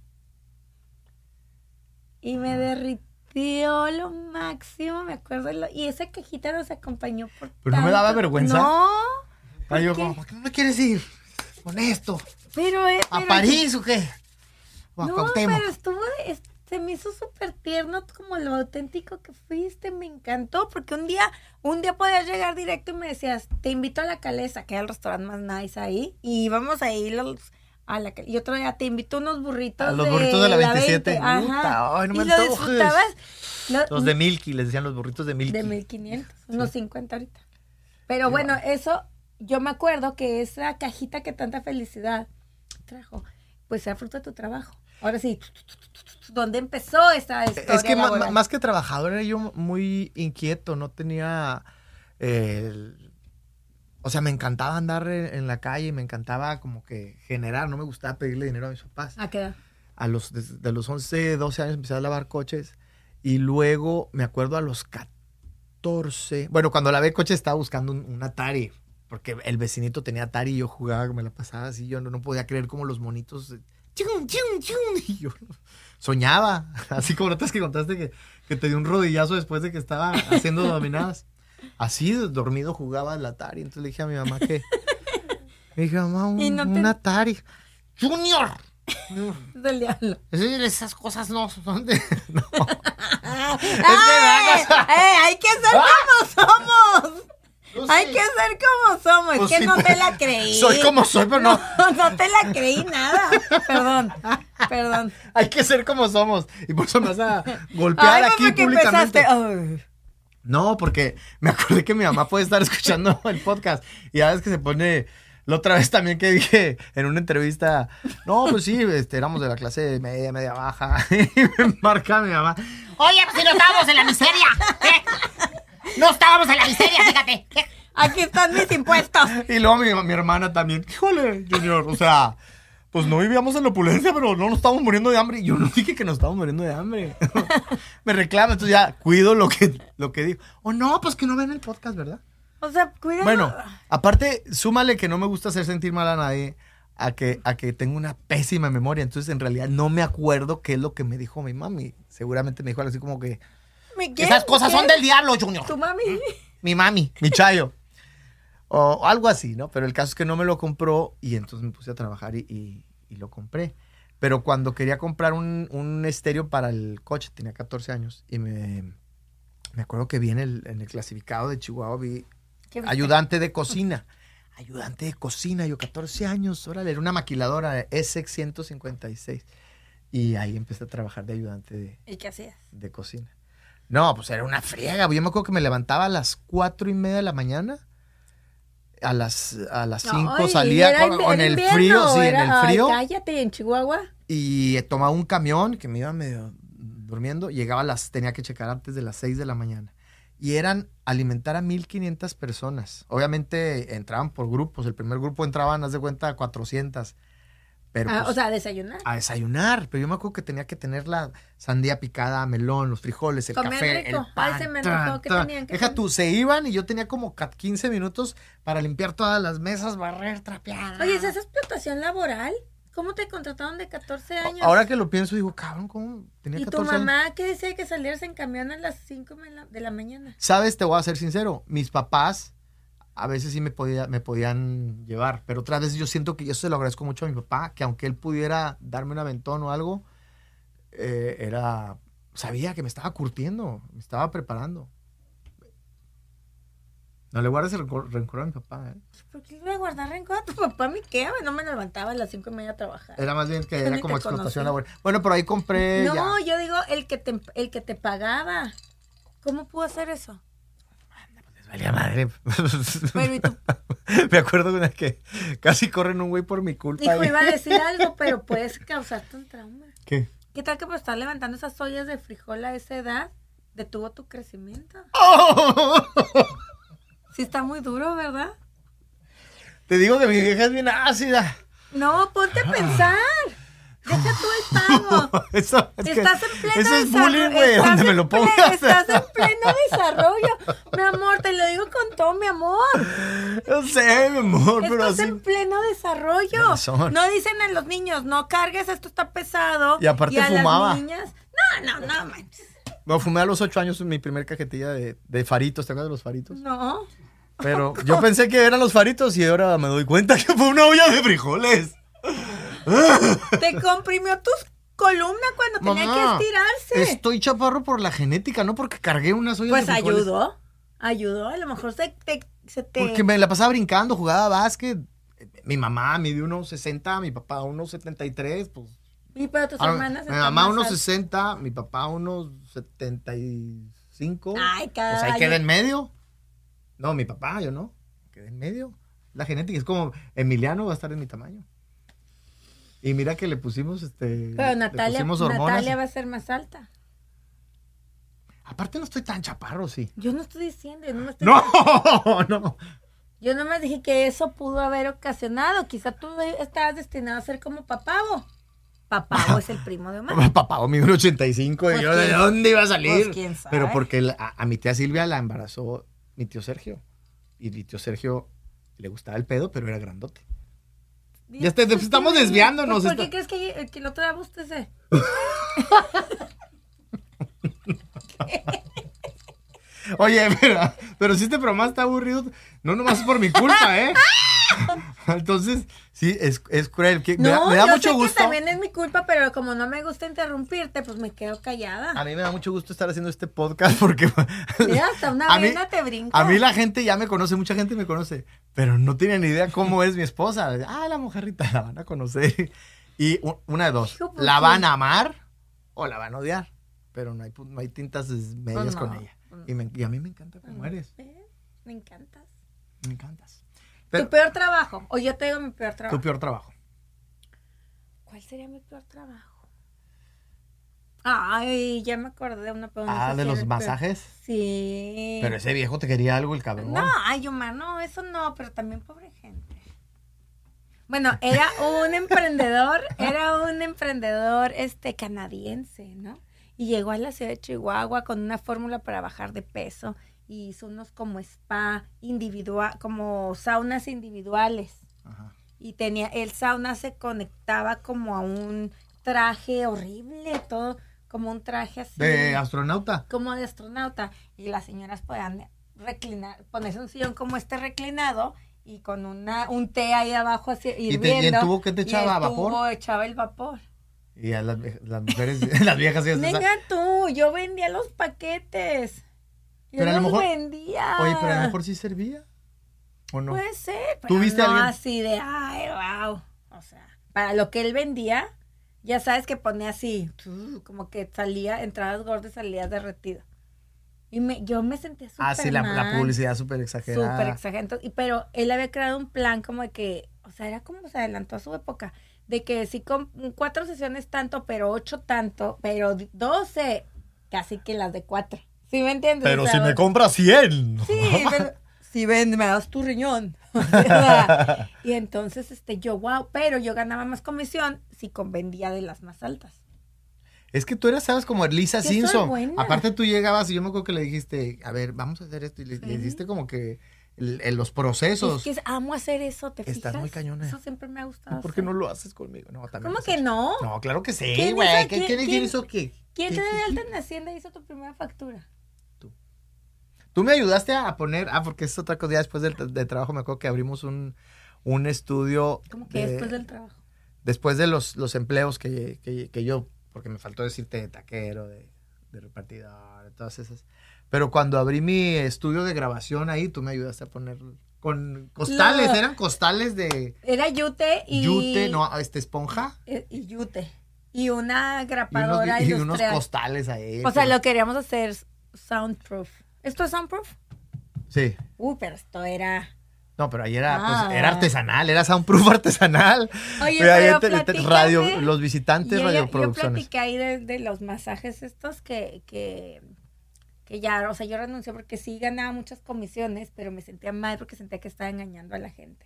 Y me derritió lo máximo, me acuerdo. lo- y esa cajita nos acompañó por
Pero no me daba
tanto-
vergüenza.
No,
Ah, yo
qué?
como, ¿por qué no quieres ir con esto?
pero... eh,
¿A
pero-
París o qué? ¿O a
no,
Cuauhtémoc?
pero estuvo, es- se me hizo súper tierno como lo auténtico que fuiste, me encantó, porque un día, un día podías llegar directo y me decías, te invito a la calesa, que era el restaurante más nice ahí, y íbamos ahí los, a la Cal- y otro día te invito unos burritos.
A los burritos de la 27.
20, ajá.
Puta, ay, no me
y lo
antojes.
disfrutabas, lo-
Los de Milky, les decían los burritos de Milky.
de [laughs] 1500, unos 50 ahorita. Pero bueno, eso, yo me acuerdo que esa cajita que tanta felicidad trajo, pues sea fruto de tu trabajo. Ahora sí, ¿dónde empezó esta historia?
Es que ma- ma-
laboral?
más que trabajador era yo muy inquieto, no tenía... eh, el- o sea, me encantaba andar en, en la calle, me encantaba como que generar, no me gustaba pedirle dinero a mis papás.
¿A qué edad?
a los, desde de los 11, 12 años empecé a lavar coches y luego me acuerdo a los 14, bueno, cuando lavé coches estaba buscando un, un Atari, porque el vecinito tenía Atari y yo jugaba, me la pasaba así, yo no, no podía creer como los monitos, eh, chun, chun, chun, [laughs] y yo soñaba, [laughs] así como notas que contaste que, que te dio un rodillazo después de que estaba haciendo dominadas. Así dormido jugaba al Atari, entonces le dije a mi mamá que... [laughs] Le dije, mamá, un,
Y no te-
un Atari.
[laughs]
¡Junior! Junior.
Del diablo.
Sí, esas cosas no son
[laughs]
de- [laughs] No.
¡Ay! [laughs]
[laughs]
¡Eh! ¡Hay que ser como somos!
Yo
Hay
sí.
que ser como somos.
Pues
es que
sí,
no te
pues,
la creí. [laughs]
Soy como soy, pero no.
No, no te la creí nada. Perdón. Perdón.
Hay que ser como somos. Y por eso me vas a golpear
Ay, pues
aquí
porque
públicamente.
empezaste. oh. ay.
No, porque me acordé que mi mamá puede estar
[laughs]
escuchando el podcast. Y a veces que se pone. La otra vez también que dije en una entrevista, no, pues sí, este, éramos de la clase media, media baja. [laughs] Y me marca mi mamá.
Oye, pues si no estábamos en la miseria. ¿eh? No estábamos en la miseria, fíjate.
Aquí están mis impuestos.
Y luego mi, mi hermana también, híjole, Junior, o sea, pues no vivíamos en la opulencia, pero no nos estábamos muriendo de hambre. Y Yo no dije que nos estábamos muriendo de hambre. [laughs] Me reclama, entonces ya cuido lo que, lo que digo. O no, pues que no ven el podcast, ¿verdad?
O sea, cuidado.
Bueno, aparte, súmale que no me gusta hacer sentir mal a nadie, a que, a que tengo una pésima memoria. Entonces, en realidad, no me acuerdo qué es lo que me dijo mi mami. Seguramente me dijo algo así como que,
¿Me quieres?
Esas cosas son
¿Quieres?
del diablo, Junior.
Tu mami.
mi mami, mi chayo. O algo así, ¿no? Pero el caso es que no me lo compró y entonces me puse a trabajar y, y- y lo compré. Pero cuando quería comprar un, un estéreo para el coche, tenía 14 años y me, me acuerdo que vi en el, en el clasificado de Chihuahua, vi
¿Qué viste?
ayudante de [laughs] cocina. Ayudante de cocina, yo 14 años, órale, era una maquiladora Essex 156. Y ahí empecé a trabajar de ayudante de,
¿Y qué hacías?
de cocina. No, pues era una friega. güey. Yo me acuerdo que me levantaba a las cuatro y media de la mañana. A las, a las cinco
Ay,
salía
era
con,
invi-
con
era
el
invierno,
frío, sí,
era-
en el frío.
Ay, cállate, en Chihuahua.
Y tomaba un camión que me iba medio durmiendo. Llegaba a las, tenía que checar antes de las seis de la mañana. y eran alimentar a 1500 personas. Obviamente entraban por grupos, el primer grupo entraban, haz de cuenta, 400. Pero
Ah,
pues,
o sea, desayunar.
a desayunar, pero yo me acuerdo que tenía que tener la sandía picada, melón, los frijoles, el
Comían
café,
rico.
el
Ay,
pan.
se me
tan,
antojó, ¿qué
tan.
tenían? ¿Qué
Deja
tenían?
tú, se iban y yo tenía como ca- 15 minutos para limpiar todas las mesas, barrer, trapear.
Oye, ¿es esa explotación laboral? ¿Cómo te contrataron de 14 años?
Ahora que lo pienso, digo, cabrón, ¿cómo tenía
¿Y tu
14 años?
mamá qué decía que salieras en camión a las 5 de la- de la mañana?
Sabes, te voy a ser sincero, mis papás a veces sí me, podía, me podían llevar, pero otras veces yo siento que yo se lo agradezco mucho a mi papá, que aunque él pudiera darme un aventón o algo, eh, era, sabía que me estaba curtiendo, me estaba preparando. No le guardes el rencor, rencor a mi papá. ¿eh?
Pues, ¿Por qué le voy a guardar rencor a tu papá? Me quedaba, no me levantaba a las 5 y media a trabajar.
Era más bien que
Yo
era
ni
como
te
explotación
conocí.
laboral. Bueno, pero ahí compré...
no,
ya.
yo digo el que, te, el que te pagaba. ¿Cómo pudo hacer eso?
Les valía
[laughs]
madre.
Pero y tu
[laughs] me acuerdo de una que casi corren un güey por mi culpa.
hijo
¿eh?
iba a decir algo,
[laughs]
pero puedes causarte un trauma.
¿Qué?
¿Qué tal que por estar levantando esas ollas de frijol a esa edad detuvo tu crecimiento?
¡Oh!
Sí está muy duro, ¿verdad?
Te digo que mi vieja es bien ácida. [laughs]
No, ponte
Ah.
a pensar. Deja tú el
[laughs]
pago.
Eso, es que-
Estás en pleno
ese es
desarrollo.
bullying, güey,
Estás
donde me
en
lo
ple-
pongas. [laughs]
Estás en pleno desarrollo. Mi amor, te lo digo con todo mi amor.
Yo sé, mi amor, [laughs] pero
Estás
así.
en pleno
Tienes
desarrollo.
razón.
No dicen a los niños, no cargues, esto está pesado.
Y aparte
a
fumaba.
Las niñas, no, no, no, manches.
No, fumé a los ocho años mi primer cajetilla de, de faritos, ¿te acuerdas de los faritos?
No.
Pero yo pensé que eran los faritos y ahora me doy cuenta que fue una olla de frijoles.
Te comprimió tus columnas cuando tenía
Mamá,
que estirarse.
Estoy chaparro por la genética, no porque cargué unas ollas
Pues
de frijoles.
ayudó. Ayudó. A lo mejor se te. se te-
Porque me la pasaba brincando, jugaba básquet. Mi mamá mide unos 60, mi papá unos 73, pues
Y para tus
Ah,
hermanas.
Mi
están
mamá
más
unos
altas.
60, mi papá unos 75.
Ay,
O sea,
caballo.
Pues ahí queda en medio. No, mi papá, yo no. Queda en medio. La genética es como Emiliano va a estar en mi tamaño. Y mira que le pusimos este
Pero
le
Natalia,
pusimos hormonas.
Natalia va a ser más alta.
Aparte no estoy tan chaparro, sí.
Yo no estoy diciendo, yo nomás, estoy-
No, [laughs] no.
yo nomás dije que eso pudo haber ocasionado. Quizá tú estabas destinado a ser como Papavo. Papavo es el
[laughs]
primo de Omar.
Papá, mide un 85 y
Pues
yo de
quién-
dónde iba a salir.
pues quién sabe.
Pero porque la- a, a mi tía Silvia la embarazó mi tío Sergio. Y mi tío Sergio le gustaba el pedo, pero era grandote. Ya está-
Pues,
estamos
¿qué-
desviándonos,
pues, ¿Por qué
está-
crees que, que el otro día vos te sé?
Oye, [laughs] pero, pero si este programa está aburrido, no nomás por mi culpa,
[laughs]
¿eh? Entonces, sí, es, es cruel. que me da, me da
yo
mucho
sé
gusto.
que también es mi culpa, pero como no me gusta interrumpirte, pues me quedo
A
callada.
mí me da mucho gusto estar haciendo este podcast porque...
[laughs] Mira, hasta una
a mí-
venda te brinca.
A mí la gente ya me conoce, mucha gente me conoce, pero no tienen ni idea cómo es mi esposa. Ah, la mujerrita, la van a conocer. Y u- una de dos,
Hijo, ¿por
la
qué?
van a amar o la van a odiar, pero no hay, pu- no hay tintas es- medias
no, Mm.
con ella.
pues no.
Y, me- y a mí me encanta cómo eres,
¿Ves? Me encantas.
me encantas.
tu
Pero,
peor trabajo. O yo te digo mi peor trabajo.
tu peor trabajo.
¿Cuál sería mi peor trabajo? Ay, ya me acordé de una pero no
Ah,
sé
de
si
los
era el peor.
masajes.
Sí.
Pero ese viejo te quería algo, el cabrón.
No, ay, Omar, no, eso no, pero también pobre gente. Bueno, era
[laughs]
un emprendedor, era un emprendedor este canadiense, ¿no? Y llegó a la ciudad de Chihuahua con una fórmula para bajar de peso y hizo unos como spa individual, como saunas individuales
Ajá.
y tenía el sauna se conectaba como a un traje horrible, todo como un traje así
De astronauta.
como de astronauta y las señoras podían reclinar, ponerse un sillón como este reclinado y con una un té ahí abajo así
y el
hirviendo.
tubo qué te echaba?
el tubo
¿Vapor?
echaba el vapor.
Y a las, vie- las mujeres, [laughs] las viejas. y esas-
Venga tú, yo vendía los paquetes. Yo
Pero a lo
los
mejor-
vendía.
Oye, pero a lo mejor sí servía. ¿O no?
Puede ser, pero
¿Tuviste a
no
alguien?
así de, ay, wow. O sea, para lo que él vendía, ya sabes que ponía así, tu, como que salía, entradas gordas, salías derretido. Y me, yo me sentía súper
Ah, sí, la, la
mal,
publicidad súper exagerada.
Súper exagerado. Y, pero él había creado un plan como de que, o sea, era como se adelantó a su época, de que si con cuatro sesiones tanto, pero ocho tanto, pero doce, casi que las de cuatro. ¿Sí me entiendes? O
Pero
sea,
si me compras 100. [laughs]
Sí, pero- si ven, me das tu riñón. [laughs] O sea, y entonces, este, yo, wow, pero yo ganaba más comisión si con- vendía de las más altas.
Es que tú eras, sabes, como Lisa
Yo soy
Simpson.
buena.
Aparte tú llegabas y yo me acuerdo que le dijiste, a ver, vamos a hacer esto. Y le, le hiciste como que el- el- los procesos.
Es que amo hacer eso, ¿te
Estás
fijas?
muy cañona.
Eso siempre me ha gustado.
¿Por qué no
hacer.
lo haces conmigo? No, también
¿Cómo
lo has
que
hecho.
no?
No, claro que sí,
¿Quién
güey. ¿Qué-
hizo- quién-
¿Quién
quién-
quién hizo qué?
¿Quién te
¿Qué-
dio de
qué-
alta en Hacienda y hizo tu primera factura?
Tú me ayudaste a poner, ah, porque es otra cosa, ya después del de trabajo me acuerdo que abrimos un, un estudio.
Como que
de-
después del trabajo.
después de los, los empleos que, que- que yo, porque me faltó decirte de taquero, de, de repartidor, de todas esas. Pero cuando abrí mi estudio de grabación ahí, tú me ayudaste a poner con costales,
Lo-
eran costales de
Era yute y...
yute, no, este esponja
eh, Y yute. Y
y
una
unos,
grapadora
y unos
industrial.
costales ahí.
o sea, lo queríamos hacer soundproof. ¿Esto es soundproof?
Sí.
Uh, pero esto era...
No, pero ahí era, pues,
Ah.
era artesanal, era soundproof [laughs] artesanal.
Oye,
Mira, ahí
pero
te- te-
platícame.
radio, los
Y
visitantes
yo- yo
radioproducciones.
platiqué ahí de, de los masajes estos que, que, que ya, o sea, yo renuncié porque sí ganaba muchas comisiones, pero me sentía mal porque sentía que estaba engañando a la gente.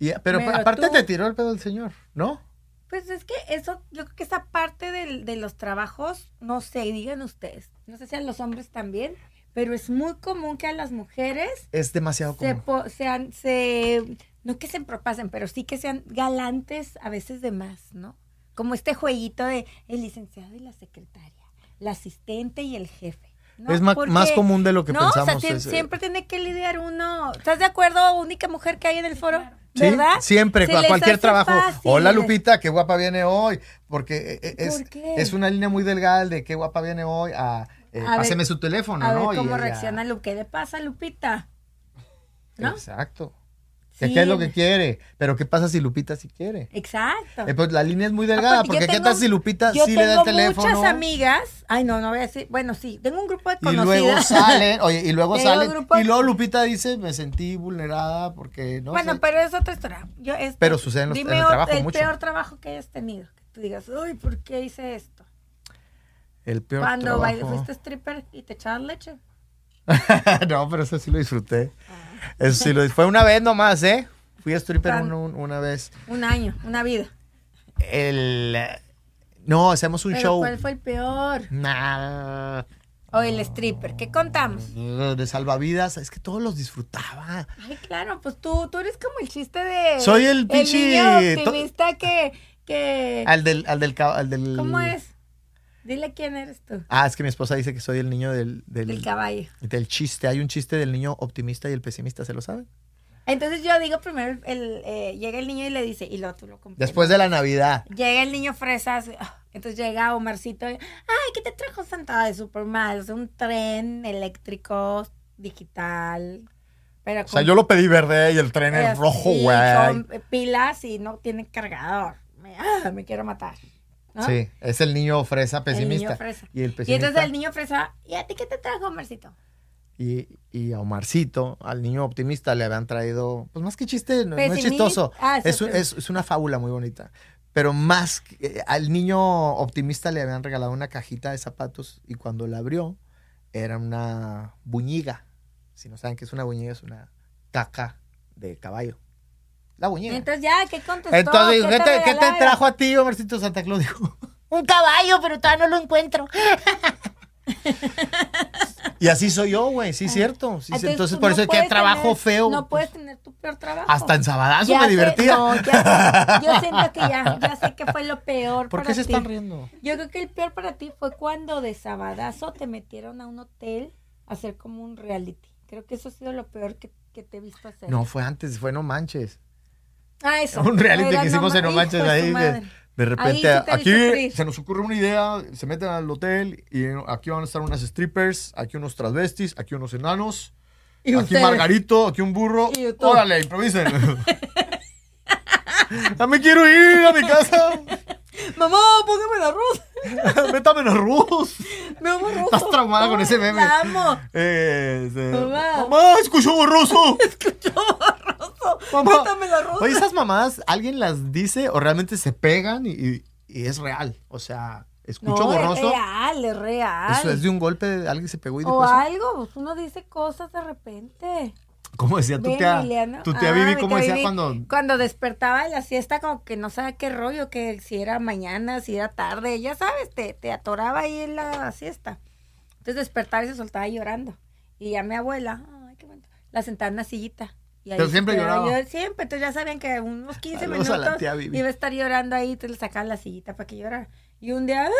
Y- pero,
Pero
aparte
tú-
te tiró el pedo el señor, ¿no?
Pues es que eso, yo creo que esa parte del- de los trabajos, no sé, digan ustedes, no sé si a los hombres también, pero es muy común que a las mujeres
Es demasiado
se,
común.
po- sean, se, no que se propasen, pero sí que sean galantes a veces de más, ¿no? Como este jueguito de el licenciado y la secretaria, la asistente y el jefe. ¿no?
es ma-
Porque-
más común de lo que
no,
pensamos.
o sea, sie-
es, eh,
siempre tiene que lidiar uno. ¿Estás de acuerdo? Única mujer que hay en el foro,
sí,
¿verdad?
Siempre,
Se
a
les
cualquier
hace
trabajo.
fácil,
Hola
les-
Lupita, qué guapa viene hoy. Porque eh, eh, es,
¿Por qué?
es una línea muy delgada el de qué guapa viene hoy a eh,
A ver,
páseme su teléfono,
a ver
¿no? Y
cómo
ella-
reacciona Lu. ¿Qué le pasa, Lupita? ¿No?
Exacto.
Sí.
Que ¿Qué es lo que quiere? Pero ¿qué pasa si Lupita sí quiere?
Exacto.
Eh, pues la línea es muy delgada,
Aparte, Ah, yo
porque ¿qué
tengo-
tal si Lupita
yo
sí le da el
tengo
teléfono?
muchas amigas. Ay, no, no voy a decir. Bueno, sí, tengo un grupo de
Y
conocidas.
luego
[laughs]
salen, oye, y luego
Tengo
salen.
grupo-
Y luego Lupita dice, me sentí vulnerada porque no
bueno,
sé.
pero es otra historia. Yo, este,
Pero sucede en los-
dime
en el
o-
trabajo
el
mucho.
peor trabajo que hayas tenido. Que tú digas, uy, ¿por qué hice esto?
El peor
Cuando
trabajo.
bail- fuiste stripper y te echaban leche.
[laughs] no, pero eso sí lo disfruté. Eso sí lo dis- Fue una vez nomás, ¿eh? Fui a stripper
Tan-
un- un- una vez.
Un año, una vida.
El... eh, No, hacemos un
Pero
show.
¿cuál fue el peor?
Nah,
O el stripper. ¿Qué contamos?
de salvavidas. Es que todos los disfrutaba.
Ay, claro, pues tú, tú eres como el chiste de.
Soy el pinche-
niño optimista que. que
Al del, al del... ca- Al del...
¿Cómo es? Dile quién eres tú.
Ah, es que mi esposa dice que soy el niño del... Del,
El caballo.
del chiste. Hay un chiste del niño optimista y el pesimista, ¿se lo saben?
Entonces yo digo primero, el, eh, llega el niño y le dice, y luego tú lo compras.
Después de la Navidad.
Llega el niño fresas, ah, entonces llega Omarcito, y, ay, ¿qué te trajo Santa de Superman? Es un tren eléctrico, digital, pero
O sea, yo lo pedí verde y el tren
Eh,
es rojo,
sí,
güey.
con pilas y no tiene cargador. Me, ah, me quiero matar. ¿no?
Sí, es el niño fresa pesimista.
niño fresa.
Y el
Y
pesimista.
entonces el niño fresa, ¿y a ti qué te trajo, Omarcito?
y, y a Omarcito, al niño optimista, le habían traído, pues más que chiste, no, no es
Pesimista.
chistoso,
Ah, sí,
es, un-
ok.
es- es una fábula muy bonita. Pero más, que- eh, al niño optimista le habían regalado una cajita de zapatos y cuando la abrió era una buñiga. Si no saben qué es una buñiga, es una caca de caballo. La buñiga.
Entonces ya, ¿qué contestó?
Entonces, digo, ¿qué, te, qué te
regalaron?
trajo a ti, Omarcito Santa Claus? Dijo, un caballo, pero todavía no lo encuentro. [laughs] y así soy yo, güey, sí, cierto. sí, sí. entonces,
tú
por
no
eso es que
puedes
trabajo
tener-
feo. Pues,
No puedes tener tu peor trabajo.
Hasta en sabadazo
Ya
me
sé-
divertía.
no, ya
[laughs]
sé. yo siento que ya, ya sé que fue lo peor
¿Por
para
qué se
ti.
están riendo?
Yo creo que el peor para ti fue cuando de sabadazo te metieron a un hotel a hacer como un reality. Creo que eso ha sido lo peor que, que te he visto hacer.
No, fue antes, fue No Manches.
Ah, eso.
Un reality
Era
que hicimos en
ma-
No Manches
hijo de
ahí.
su
De,
madre.
de repente,
Ahí sí te
aquí
hizo sufrir.
se nos ocurre una idea, se meten al hotel y aquí van a estar unas strippers, aquí unos transvestis, aquí unos enanos.
Y
aquí
ustedes.
Margarito, aquí un burro.
Y tú.
Órale, improvisen. [laughs] Ya me quiero ir a mi casa. [laughs]
Mamá, póngame la rosa. [laughs]
Métame en arroz.
Me amo rosa.
Estás traumada con ese meme.
[laughs] La amo.
Eh, este,
Mamá.
escuchó
[laughs]
borroso.
Escuchó borroso. Métame la rosa.
Oye, esas mamadas, ¿alguien las dice o realmente se pegan y, y- y es real? O sea, escucho borroso.
es real, es real.
Eso es de un golpe, alguien se pegó y dijo
O
eso.
algo, pues uno dice cosas de repente.
¿Cómo decía tu
Ven,
tía?
Emiliano.
Tu tía
Ah,
Vivi,
mi
¿cómo
tía
decía
Vivi.
cuando
Cuando despertaba de la siesta, como que no sabía qué rollo, que si era mañana, si era tarde, ya sabes, te, te atoraba ahí en la siesta. Entonces despertaba y se soltaba llorando. Y ya mi abuela, ay, qué bonito, la sentaba en una sillita. Y ahí
Pero
se
siempre
quedaba
lloraba.
yo- siempre, entonces ya sabían que unos 15
Saludos a la
minutos
tía Vivi.
iba a estar llorando ahí, te le sacaban la sillita para que llorara. Y un día, ¡ah!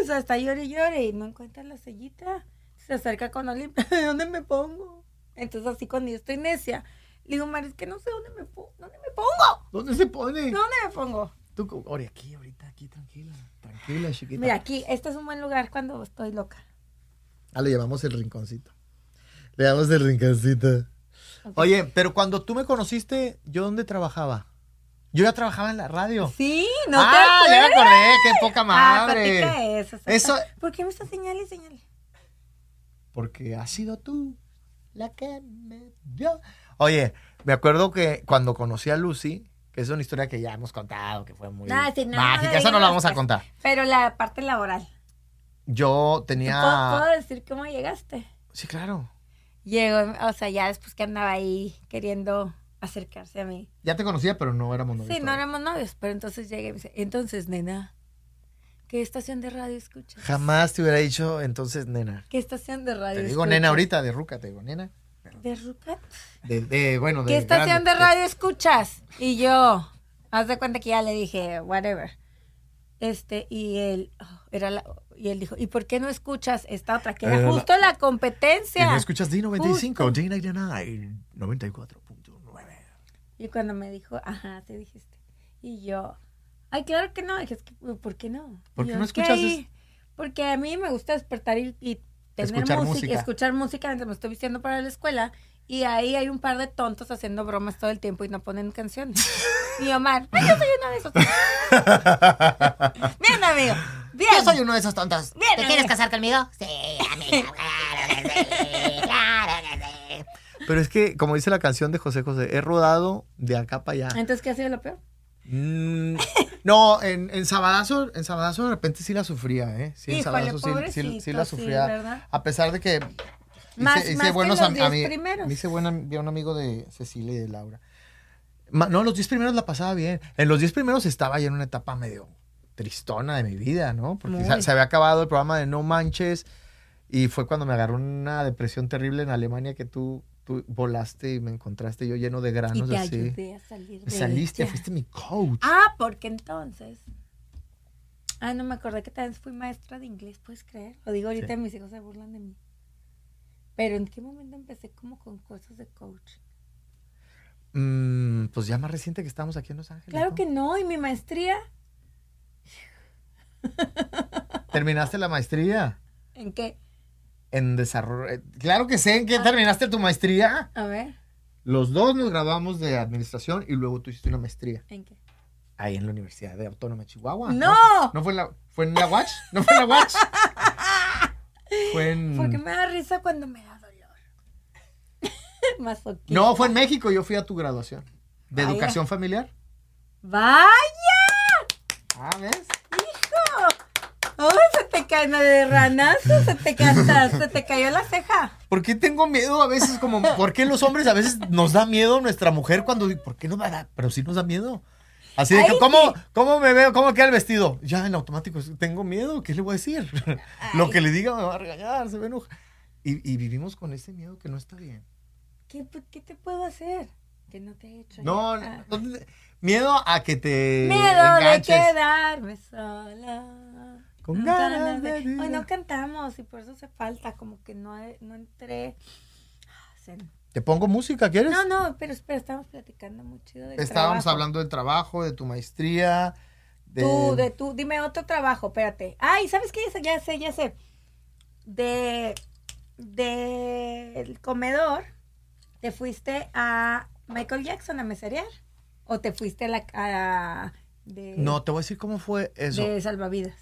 hasta está llore y llore, y no encuentra la sillita. Se acerca con [laughs] Olimpia, ¿dónde me pongo? Entonces así cuando yo estoy necia, le digo, Mari, es que no sé dónde me, po- dónde me pongo.
¿Dónde se pone?
¿Dónde me pongo?
Tú, co- Ori, aquí, ahorita, aquí, tranquila. Tranquila, chiquita.
Mira, aquí, este es un buen lugar cuando estoy loca.
Ah, le llamamos el rinconcito. Le llamamos el rinconcito. Oye, pero cuando tú me conociste, ¿yo dónde trabajaba? Yo ya trabajaba en la radio.
Sí, no te
Oh. ah, ya me
acuerdas.
acordé, qué poca
Ah,
madre.
platica eso. suelta.
Eso-
¿Por qué me estás señal y señal?
Porque has sido tú la que me dio. Oye, me acuerdo que cuando conocí a Lucy, que es una historia que ya hemos contado, que fue muy
Ah, sí, no,
mágica,
no
esa no la
digas,
vamos a
pues.
contar.
Pero la parte laboral.
Yo
¿Te
tenía.
¿Puedo, puedo decir cómo llegaste?
Sí, claro.
Llegó, o sea, ya después que andaba ahí queriendo acercarse a mí.
Ya te conocía, pero no éramos novios.
Sí, no
todavía.
éramos novios, pero entonces llegué y me dice, entonces, nena, ¿qué estación de radio escuchas?
Jamás te hubiera dicho entonces, nena.
¿Qué estación de radio
Te digo
escuchas?
nena ahorita, de ruca, te digo nena.
¿De Ruca?
De, de- bueno, de
¿Qué estación
grande. Eh,
de radio escuchas? Y yo, haz de cuenta que ya le dije, whatever. Este, y él, oh, era la- y él dijo, ¿y por qué no escuchas esta otra? Que
Eh,
era
la-
justo la
Y no
competencia.
escuchas D95, D99, 94.9.
Y cuando me dijo, ajá, te dijiste. Y yo, ay, claro que no. Dije, es que, ¿por qué no?
¿Por
Y
qué
yo,
no
"Es que
escuchas
ahí- Porque a mí me gusta despertar y, y tener
Escuchar
música,
música.
y escuchar música mientras me estoy vistiendo para la escuela. Y ahí hay un par de tontos haciendo bromas todo el tiempo y no
[laughs]
ponen canciones. y Omar, ay, yo soy uno de esos.
[laughs]
bien, amigo. Bien.
Yo soy uno de esos tontos.
Bien,
¿Te
amigo.
quieres casar conmigo? Sí, [laughs] amiga, claro que sí, claro que sí.
Pero es que, como dice la canción de José José, he rodado de acá para allá.
Entonces, ¿qué ha sido lo peor? [laughs]
Mm, no, en, en Sabadazo, en Sabadazo de repente sí la sufría, ¿eh? Sí, en
Híjole,
Sabadazo sí- sí, sí, la
pobrecito, sí,
sufría.
¿verdad?
a pesar de que
Más-
hice, hice
más que
buenos
los
am-
diez
ami-
primeros.
Me hice buen am- bien un amigo de Cecilia y de Laura. Ma- no, los 10 primeros la pasaba bien. En los 10 primeros estaba ya en una etapa medio tristona de mi vida, ¿no? Porque
Muy.
se, se había acabado el programa de No Manches y fue cuando me agarró una depresión terrible en Alemania que tú, tú volaste y me encontraste yo lleno de
Y
granos
te
así.
ayudé a salir de
Saliste,
ella.
fuiste mi coach.
Ah, porque entonces. Ah, no me acordé que también fui maestra de inglés, ¿puedes creer? Lo digo ahorita,
Sí.
mis hijos se burlan de mí. Pero ¿en qué momento empecé como con cosas de coach?
Mm, pues ya más reciente que estábamos aquí en Los Ángeles.
Claro
¿no?
que no, y mi maestría,
¿Terminaste la maestría?
¿en qué?
En desarrollo. eh, Claro que sé en qué terminaste tu maestría.
A ver,
Los dos nos graduamos de administración y luego tú hiciste una maestría
¿en qué?
ahí en la Universidad de Autónoma de Chihuahua.
¡No!
¿No fue en la, fue en la Watch? ¿No fue en la Watch? [laughs] Fue
Porque
en...
me da risa cuando me da dolor. [laughs] Masoquista.
No, fue en México. Ah, Yo fui a tu graduación. ¿De
Vaya.
educación familiar?
¡Vaya!
Ah, ¿ves?
¡Oh, se te cae no, de ranazo! Se te, ca- hasta- se te cayó la ceja.
¿Por qué tengo miedo a veces? Como, ¿Por qué los hombres a veces nos da miedo nuestra mujer cuando... ¿Por qué no me da? Pero sí nos da miedo. Así de que,
Ay,
¿cómo, ¿cómo me veo? ¿Cómo queda el vestido? Ya en automático, tengo miedo, ¿qué le voy a decir? [laughs] Lo que le diga me va a regañar, se me enoja. Y, y vivimos con ese miedo que no está bien.
¿Qué, ¿Qué te puedo hacer? Que no te he hecho.
No,
yo. Ah.
no, no te- miedo a que te
Miedo de
enganches.
quedarme sola.
Con
No,
ganas de
no, no. Hoy
vida.
no cantamos y por eso se falta, como que no, no entré. Ah, se-
Te pongo música, ¿quieres?
No, no, pero espera, estábamos platicando muy chido del
Estábamos
trabajo.
hablando del trabajo, de tu maestría, de...
Tú, de tú, dime otro trabajo, espérate. Ay, ¿sabes qué? Ya sé, ya sé, ya sé. De, de el comedor, ¿te fuiste a Michael Jackson a meserear? ¿O te fuiste a la... a- de,
No, te voy a decir cómo fue eso.
de salvavidas?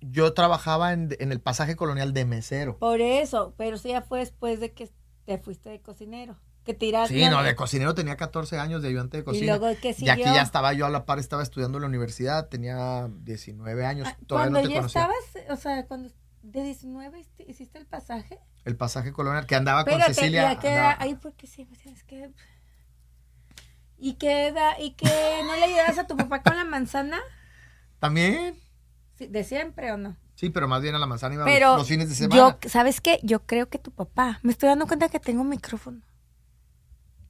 Yo trabajaba en, en el pasaje colonial de mesero.
Por eso, pero eso ya fue después de que te fuiste de cocinero. que tiras.
Sí, no, de cocinero tenía 14 años de ayudante de cocina.
Ah, luego, ¿qué
y aquí
siguió?
ya estaba yo a la par, estaba estudiando en la universidad, tenía 19 años, pues, todavía
Ah, Cuando
no te
ya
conocía.
estabas, o sea, cuando de 19 hici- hiciste el pasaje.
El pasaje colonial que andaba con
Espérate,
Cecilia.
ya queda
andaba-
ahí porque sí, pues tienes que y queda y que no le ayudas a tu papá con la manzana
También,
Sí, de siempre o no.
sí, pero más bien a la manzana iba
Pero
los fines de semana.
yo, ¿sabes qué? Yo creo que tu papá. Me estoy dando cuenta que tengo un micrófono.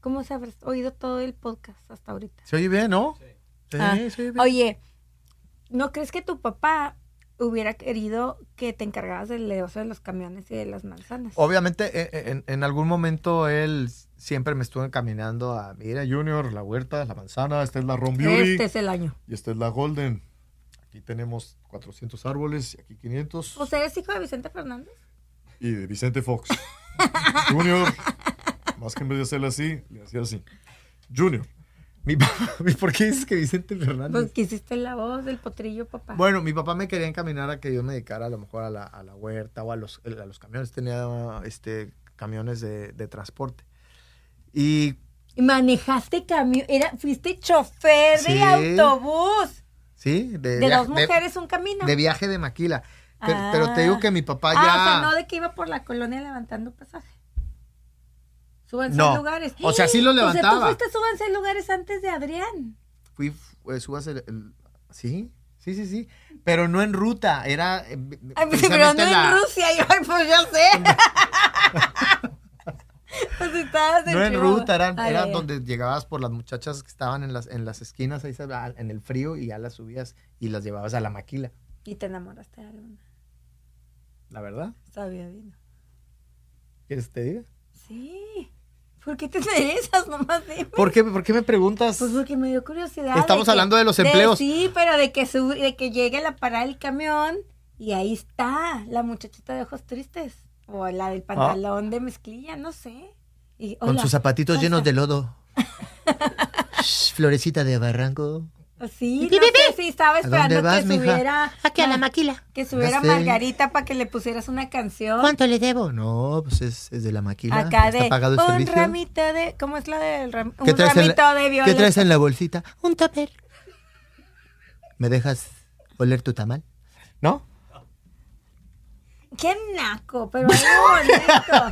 ¿Cómo se habrás oído todo el podcast hasta ahorita?
Se oye bien, ¿no? Sí,
Ah,
se oye bien.
Oye, ¿no crees que tu papá hubiera querido que te encargaras del negocio de los camiones y de las manzanas?
Obviamente, e- e- en, en algún momento él siempre me estuvo encaminando a, mira, Junior, la huerta, la manzana, esta es la Ron Beauty
Este es el año.
y esta es la Golden. Aquí tenemos 400 árboles y aquí 500.
O sea, ¿Pues ¿eres hijo de Vicente Fernández?
y de Vicente Fox. [laughs] Junior, más que en vez de hacerle así, le hacía así. Junior. Mi papá, [laughs] ¿Por qué dices que Vicente Fernández?
Porque hiciste la voz del potrillo, Pues, papá.
Bueno, mi papá me quería encaminar a que yo me dedicara a lo mejor a la, a la huerta o a los, a los camiones. Tenía este, camiones de, de transporte. Y
Y Manejaste camión, era, fuiste chofer
Sí.
de autobús.
sí, de,
De,
viaje-
dos mujeres un camino.
De, viaje de maquila. Pero,
Ah.
pero te digo que mi papá ya...
Ah, o sea, no de que iba por la colonia levantando pasaje. Súbanse
No.
a lugares.
O sea, sí lo
[gasps] O
levantaba.
sea, tú fuiste súbanse a lugares antes de Adrián.
fui, eh, subas el, el- sí, sí, sí, sí, pero no en ruta, era eh,
Ay, pues, pero
precisamente
no
la-
en Rusia. Yo, ay, pues yo sé.
[laughs]
pues estabas
no en
Chihuahua.
ruta, era,
Ay,
era
ay, ay.
donde llegabas por las muchachas que estaban en las, en las esquinas, ahí se- ah, en el frío, y ya las subías y las llevabas a la maquila,
Y te enamoraste de alguna.
la verdad,
Sabía bien.
¿quieres que te diga?
Pues, Sí. ¿Por qué te interesas? Nomás dime.
¿Por qué, por qué me preguntas?
Pues porque me dio curiosidad.
Estamos
que-
hablando de los empleos.
sí, pero de que, su- de que llegue la parada del camión y ahí está la muchachita de ojos tristes. O la del pantalón de mezclilla, no sé. Y,
Ah. Con
hola,
sus zapatitos
pasa.
llenos de
[laughs]
lodo. Shh, florecita de barranco.
Sí, no sé si estaba
dónde
esperando
vas,
que
mija?
subiera...
Aquí a la
Ma-
maquila.
Que subiera
Ya sé.
Margarita para que le pusieras una canción.
¿Cuánto le debo?
Oh, no, pues es, es de la maquila.
Acá
ya
de
está pagado el
un
servicio.
ramito de... ¿Cómo es la del ram-
¿Qué
Un
traes, en la-
ramito de
¿Qué
violetas?
traes en la bolsita?
Un topper.
¿Me dejas oler tu tamal? ¿No?
Qué naco, pero algo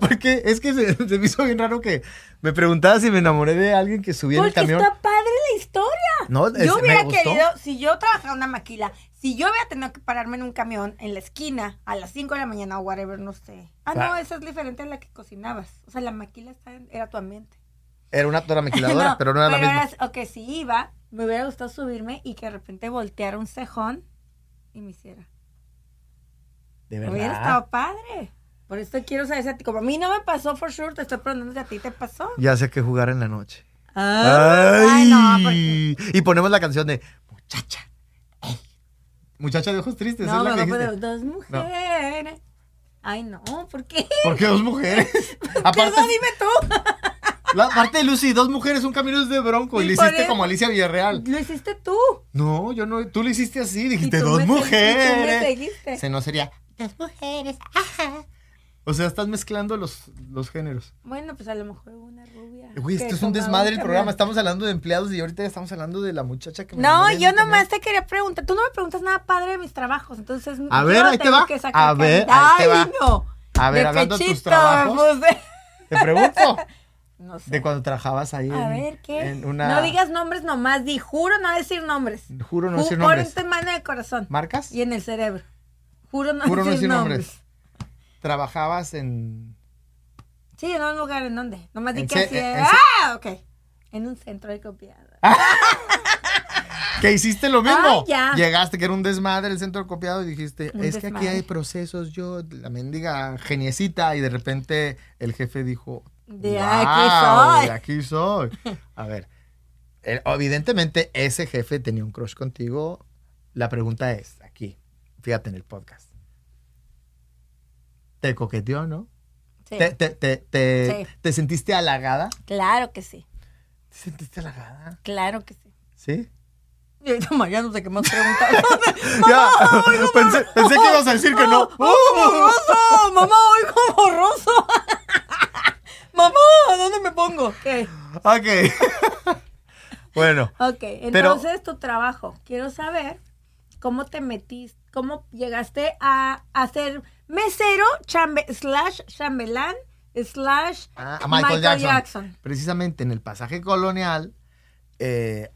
[laughs] Porque es que se, se me hizo bien raro que me preguntaba si me enamoré de alguien que subía en el
Porque
camión.
está padre la historia.
No, es-
yo
me
hubiera
gustó.
querido, si yo trabajara en una maquila, si yo hubiera tenido que pararme en un camión en la esquina a las 5 de la mañana o whatever, no sé. Ah, no,
Claro.
esa es diferente a la que cocinabas. O sea, la maquila está en- era tu ambiente.
Era una torre maquiladora,
[laughs] No,
pero no era la misma.
eras- o que si iba, me hubiera gustado subirme y que de repente volteara un cejón y me hiciera.
De
Hubiera
verdad.
estado padre. Por eso quiero saber si a ti, como a mí no me pasó for sure, te estoy preguntando si a ti te pasó.
Ya sé que jugar en la noche.
Ay, no, porque...
Y ponemos la canción de Muchacha. ey, Muchacha de ojos tristes,
No,
es la que dijiste.
me de dos mujeres. Ay, no, ¿por qué?
¿Por qué dos mujeres?
[laughs] Aparte,
aparte,
dime tú.
la parte de Lucy, dos mujeres, un camino es de bronco. Y
Y
le
por
hiciste
eso-
como Alicia Villarreal.
Lo hiciste tú.
No, yo no, tú le hiciste así, dijiste
Y tú
dos
me segui- y tú me
mujeres.
seguiste.
Se no sería.
Las mujeres. Ajá.
O sea, estás mezclando los, los géneros.
Bueno, pues a lo mejor una rubia.
Güey,
que
esto es un
tomaba
desmadre el
camión.
programa. Estamos hablando de empleados y ahorita ya estamos hablando de la muchacha que me
Pues No,
enamoré en
yo
el camión.
nomás te quería preguntar. Tú no me preguntas nada padre de mis trabajos, entonces.
A
yo
ver, ahí te
tengo
va.
que sacar
A ver,
calidad.
ahí te
Ay,
va.
no.
A ver,
De
hablando de tus
pechito,
trabajos. [laughs]
pues,
Te pregunto.
No sé. [laughs]
De cuando trabajabas ahí
A
en,
ver, ¿qué?
en una...
No digas nombres nomás, di, juro no decir nombres.
Juro no decir
Ju-
nombres.
Ponte mano de corazón.
¿Marcas?
Y en el cerebro. Juro no,
Juro no decir
decir, nombres.
nombres. Trabajabas en...
Sí, en un lugar en donde. Nomás di
En
que
ce-
así.
en- en ce- Ah,
¡Ah! Ok. En un centro de copiado.
Que hiciste lo mismo.
Ay, ya.
Llegaste, que era un desmadre el centro copiado y dijiste,
Un
es que aquí
desmadre.
hay procesos, yo, la mendiga geniecita. Y de repente el jefe dijo,
De
"Guau,
aquí soy".
de aquí soy. A ver, eh, evidentemente ese jefe tenía un crush contigo. La pregunta es, aquí, fíjate en el podcast. ¿Te coqueteó, no?
Sí.
¿Te, te, te, te-
Sí.
te sentiste halagada?
Claro que sí.
¿Te sentiste halagada?
Claro que
[laughs]
sí.
¿Sí?
Y ahorita María no sé qué más preguntar. [laughs]
Ya, [laughs] pensé, pensé que ibas a decir que no.
¡Oh, [laughs] ¡Mamá, oigo borroso! ¡Mamá, ¿dónde pongo. ¿Qué?
[laughs] Ok. [laughs] bueno.
Ok,
Pero-
entonces tu trabajo. Quiero saber cómo te metiste, cómo llegaste a, a ser mesero chambe- slash chambelán slash
Ah, a Michael, Jackson. Precisamente en el pasaje colonial, eh,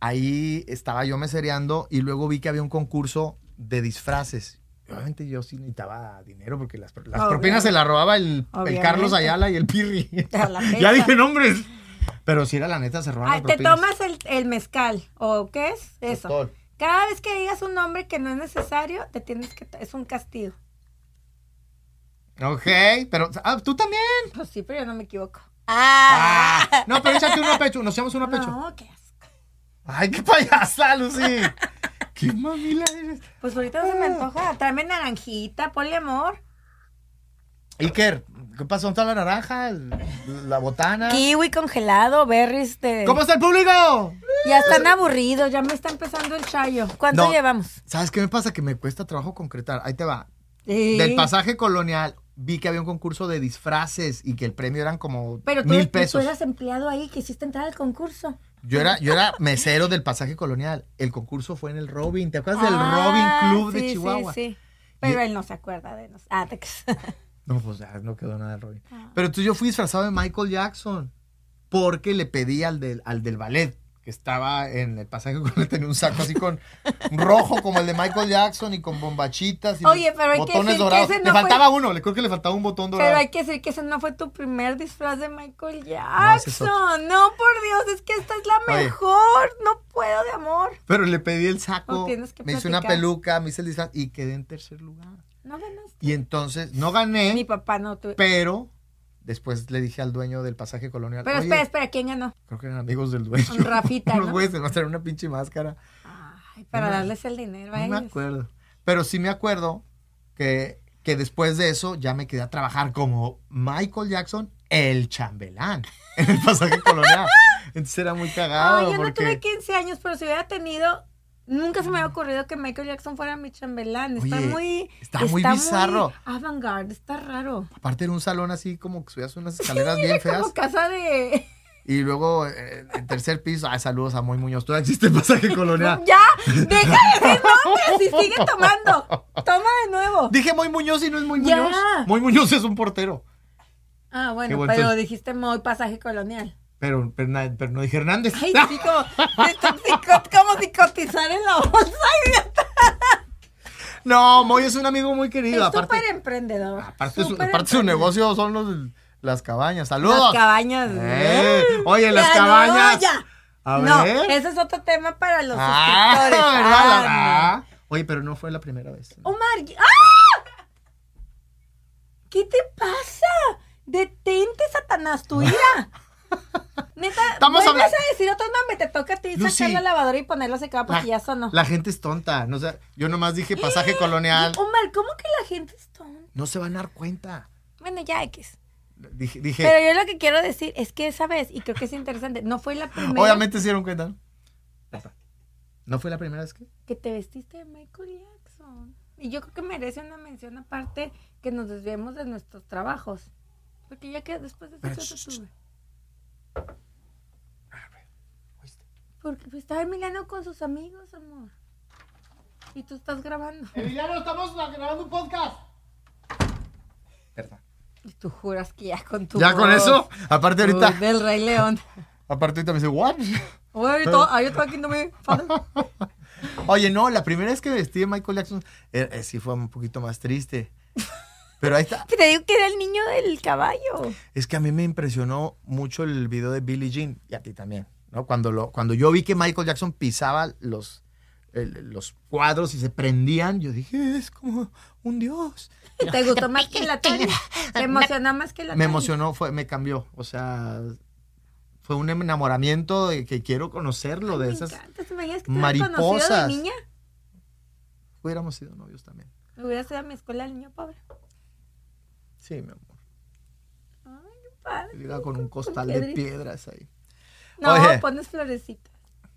ahí estaba yo mesereando y luego vi que había un concurso de disfraces. Obviamente yo sí necesitaba dinero porque las, las
Obvio.
propinas se las robaba el, el
Obviamente.
Carlos Ayala y el Pirri.
A la fecha.
[laughs] ya dije nombres. Pero si era la neta, se robaban
Ay,
las
te
propinas.
tomas el, el mezcal o qué es eso.
Doctor.
Cada vez que digas un nombre que no es necesario, te tienes que es un castigo. [laughs]
Ok, pero ah, tú también.
Pues sí, pero yo no me equivoco.
Ah, no, pero échate uno a pecho. Nos echamos uno a pecho.
No, qué asco.
Ay, qué payasa, Lucy. [laughs] qué mamila eres.
Pues ahorita no se me antoja. Tráeme naranjita, ponle amor.
Iker, ¿qué pasó? ¿Está la naranja? el- ¿La botana?
Ah. Kiwi congelado, berries de.
¿Cómo está el público?
Ya están aburridos, ya me está empezando el chayo. ¿Cuánto
No.
llevamos?
¿Sabes qué me pasa? Que me cuesta trabajo concretar. Ahí te va.
Sí.
Del pasaje colonial vi que había un concurso de disfraces y que el premio eran como
Pero tú,
mil
tú
pesos.
eras empleado ahí, quisiste entrar al concurso.
Yo era, yo era mesero del pasaje colonial. El concurso fue en el Robin. ¿Te acuerdas
Ah,
del Robin Club
sí,
de Chihuahua?
Sí, sí. Pero él no se acuerda de nosotros. Ah, te [laughs]
No, pues ya no quedó nada del Robin.
Ah.
Pero entonces yo fui disfrazado de Michael Jackson porque le pedí al del, al del ballet que estaba en el pasaje con tenía un saco así
[laughs]
con un rojo como el de Michael Jackson y con bombachitas y
Oye, pero hay que
botones
decir que
dorados.
ese no
le
fue-
faltaba uno, le creo que le faltaba un botón dorado.
Pero hay que decir que ese no fue tu primer disfraz de Michael
ese es
Jackson.
otro.
No, por Dios, es que esta es la
Oye.
mejor. No puedo de amor.
Pero le pedí el saco,
No tienes que
me hice una
platicar.
peluca, me hice el disfraz y quedé en tercer lugar.
No ganaste.
Y entonces no gané,
Mi papá no tuvo. Pero,
pero después le dije al dueño del pasaje colonial. "Oye,
espera, espera, ¿quién ganó?
Creo que eran amigos del dueño. [laughs]
Un Rafita,
Unos
¿no?
güeyes se me traer una pinche máscara.
Ay, para
No me-
darles el dinero a
No me
ellos.
acuerdo. Pero sí me acuerdo que, que después de eso ya me quedé a trabajar como Michael Jackson, el chambelán, [laughs] en el pasaje colonial. Entonces era muy
Ay,
cagado
yo no
porque...
tuve 15 años, pero si hubiera tenido, nunca se me había ocurrido que Michael Jackson fuera mi chambelán. Está
Oye,
muy.
está muy bizarro.
avant-garde, está raro.
Aparte era un salón así como que subías unas escaleras bien
Era
feas.
como casa de.
Y luego eh, en tercer piso... Ah, saludos a Moy Muñoz. Todavía existe el
[laughs]
pasaje colonial.
¡Ya! ¡Deja
[laughs]
de decir nombres! Y sigue tomando. Toma de nuevo.
Dije Moy Muñoz y no es Moy
Ya.
Muñoz. Moy Muñoz es un portero.
Ah,
Qué
bueno,
bueno,
pero
entonces-
dijiste muy pasaje colonial.
Pero, pero, na- pero no dije Hernández. [laughs]
Ay, sí, como, esto es psicot- como psicotizar en la bolsa. idiota.
No, Moy es un amigo muy querido.
Es
aparte,
súper emprendedor.
Aparte, su,
súper
aparte su
emprendedor.
negocio son los, las cabañas. ¡Saludos!
Las cabañas.
Eh, oye, las
Ya, no,
cabañas.
ya.
A
No,
ver.
ese es otro tema para los
Ah,
suscriptores.
[laughs] ¿verdad? La-
Ah,
ah. Oye, pero no fue la primera vez.
no. Omar, ¿qué- ¡ah! ¿qué te pasa? Detente, Satanás,
[laughs]
tu ira. Neta,
Estamos
vuelves
hablando-
a decir otro nombre, te toca a ti
Lucy.
sacar la lavadora y ponerlo secado porque ya sonó.
la gente es tonta. No sé, yo nomás dije pasaje colonial.
Omar, ¿cómo que la gente es tonta?
No se van a dar cuenta.
Bueno, ya X.
Dije, dije-
Pero yo lo que quiero decir es que esa vez, y creo que es interesante, no fue la primera
obviamente se dieron cuenta. ¿no? ¿No fue la primera vez que?
que te vestiste de Michael Jackson. Y yo creo que merece una mención aparte que nos desviemos de nuestros trabajos. Porque ya que después de eso yo no tuve. Porque pues, estaba Emiliano con sus amigos, amor. Y tú estás [laughs] grabando.
Emiliano, estamos grabando un podcast. Perdón.
Y tú juras que ya con tu
¿Ya con
voz,
eso? Aparte
uy,
ahorita,
Del
[laughs]
Rey León.
aparte ahorita me dice, ¿what?
Uy, ahorita- are you talking to me, father?
Oye, no, la primera vez que me vestí de Michael Jackson eh, eh, sí fue un poquito más
[laughs]
triste. Pero ahí está.
Que Te digo que era el niño del caballo.
Es que a mí me impresionó mucho el video de Billie Jean y a ti también, ¿no? Cuando, lo, cuando yo vi que Michael Jackson pisaba los, el- los cuadros y se prendían, yo dije, es como un dios.
¿Te [laughs] gustó más que la Tania? ¿Te emocionó más que la
Me
Tania?
emocionó, fue, me cambió. O sea, fue un enamoramiento de que quiero conocerlo, de
Me
esas.
encanta, ¿te imaginas que te hubieras conocido de
mariposas.
niña?
Hubiéramos sido novios también.
Me hubiera ido a mi escuela el niño pobre.
Sí, mi amor.
Padre.
Llegaba con un costal de
piedritas.
piedras ahí.
No,
Oye.
pones florecita.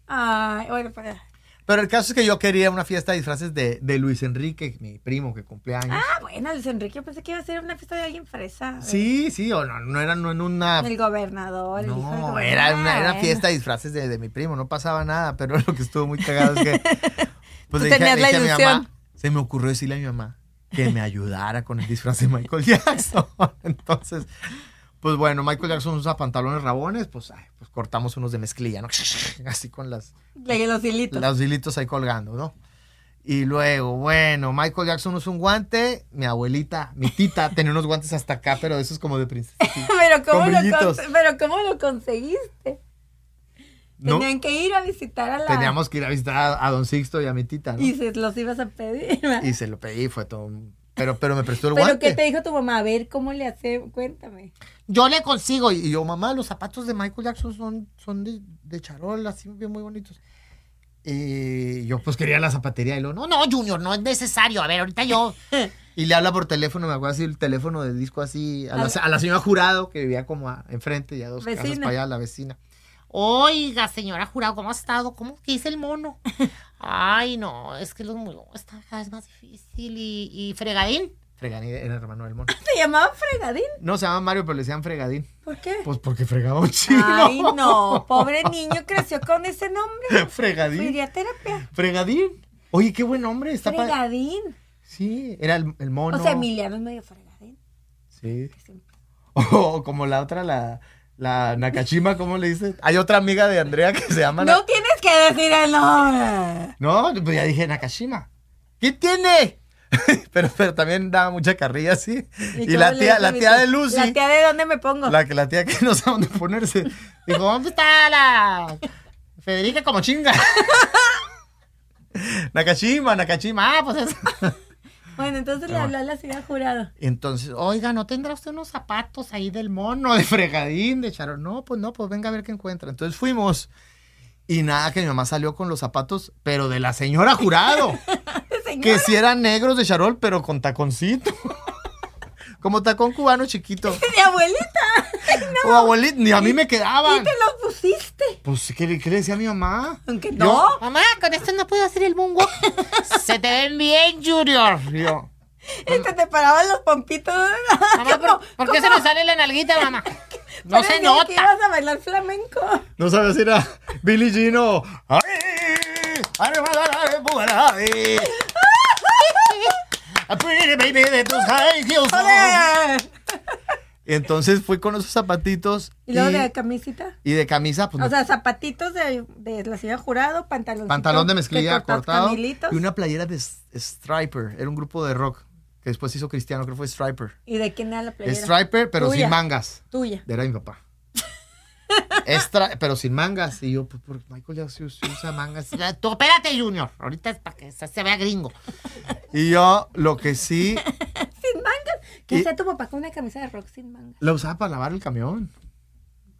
Ay, bueno, para.
Pero el caso es que yo quería una fiesta de disfraces de, de Luis Enrique, mi primo que cumpleaños.
Ah, bueno, Luis Enrique, yo pensé que iba a ser una fiesta de alguien fresa.
Sí, sí, o no, no era no en una.
El gobernador. el hijo del
No,
gobernador.
era una, era
Ah,
fiesta de disfraces de, de mi primo, no pasaba nada, pero [laughs] lo que estuvo muy cagado
[laughs]
es que. Pues
Tú tenías la
a mi
ilusión.
mamá, se me ocurrió decirle a mi mamá que me ayudara con el disfraz de Michael [laughs] Jackson. Entonces, pues bueno, Michael Jackson usa pantalones rabones, pues, ay, pues cortamos unos de mezclilla, ¿no? [laughs] Así con las,
bueno. Le- los hilitos.
los hilitos ahí colgando, ¿no? Y luego, bueno, Michael Jackson usa un guante, mi abuelita, mi tita, [laughs] tenía unos guantes hasta acá, pero de esos como de princesa.
[laughs] Pero ¿cómo,
con
lo
brillitos.
con- pero ¿cómo lo conseguiste?
¿no?
Tenían que ir a visitar a la...
Teníamos que ir a visitar a, a Don Sixto y a mi tita, ¿no?
Y
Y,
se los ibas a pedir. ¿verdad?
se lo pedí, fue todo. un- Pero, pero me prestó el
Pero
guante.
¿qué te dijo tu mamá? A ver, ¿cómo le hace? Cuéntame.
Yo le consigo. Y yo, mamá, los zapatos de Michael Jackson son, son de, de charol, así bien muy bonitos. Y yo, pues quería la zapatería. Y luego, no,
No, no, Junior, no es necesario. A ver, ahorita yo.
Y le habla por teléfono, me acuerdo así, el teléfono del disco así, a la, a la señora Jurado, que vivía como a- enfrente, ya dos casas
Vecina.
para allá, la vecina.
Oiga, señora jurado, ¿cómo ha estado? ¿Cómo que es el mono? Ay, no, es que los monos están cada vez más difícil y, y fregadín.
Fregadín era hermano del mono.
¿Te llamaba Fregadín?
No, se llama Mario, pero le decían Fregadín.
¿Por qué?
Pues porque fregaba un chingo.
Ay, no. Pobre niño creció con ese nombre.
[laughs] Fregadín.
Iría a terapia.
Fregadín. Oye, qué buen nombre. Está pa-
Fregadín.
Sí, era el, el mono.
O sea, Emiliano es medio fregadín.
Sí. [laughs]
que siempre-
O como la otra, la, la Nakashima, ¿cómo le dices? Hay otra amiga de Andrea que se llama... Na-
No tienes que decir el nombre.
No, pues ya dije Nakashima. ¿Qué tiene? [laughs] pero, pero también daba mucha carrilla, sí. Y,
cómo
la
le
tía,
dice
la
mi
tía de Lucy,
¿La tía de dónde me pongo?
la, que la tía que [laughs] no sabe dónde ponerse, dijo,
¿Dónde está la
Federica como chinga. [laughs] Nakashima, Nakashima, ah, pues es...
Bueno, entonces
Ah.
le habló a la señora jurado.
[laughs]
[laughs]
Entonces, oiga, ¿no tendrá usted unos zapatos ahí del mono, de fregadín, de charol? No, pues no, pues venga a ver qué encuentra. Entonces fuimos y nada, que mi mamá salió con los zapatos, pero de la señora jurado, que si eran negros de charol, pero con taconcito. [laughs] Como tacón cubano
[laughs]
chiquito.
Mi abuelita.
O abuelita, ni a mí me quedaban.
Y te lo pusiste.
Pues, ¿qué, le- qué le decía a mi mamá?
Aunque
Yo-
no.
Mamá, con esto no puedo hacer el moonwalk. Se te ven bien, Junior.
Y yo,
Este te paraban los pompitos. [laughs]
Ah,
Mamá, ¿por, por qué se me sale la nalguita, [laughs] mamá? No se
Parecía que
nota.
ibas a bailar flamenco. [laughs]
No sabes si era Billy Gino. ¡Ay! A pretty baby de tus high heels on. Y Entonces fui con esos zapatitos
Y luego de camisita.
y de camisa, pues
O
me-
sea, zapatitos de, de la señora jurado, pantalón.
pantalón de mezclilla cortado y
Camilitos.
una playera de S- Striper. Era un grupo de rock que después se hizo cristiano, creo que fue Striper.
¿Y de quién era la playera?
Striper, pero
Tuya.
sin mangas.
Tuya.
Era mi
[laughs]
papá. Estra- pero sin mangas. Y yo, pues, por Michael ya se usa usa
[laughs]
mangas.
Tú, espérate, Junior. Ahorita es para que se se vea gringo.
Y yo, lo que sí,
Sin mangas. ¿Qué
Y-
hacía tu papá con una camisa de rock sin mangas?
La usaba para lavar el camión.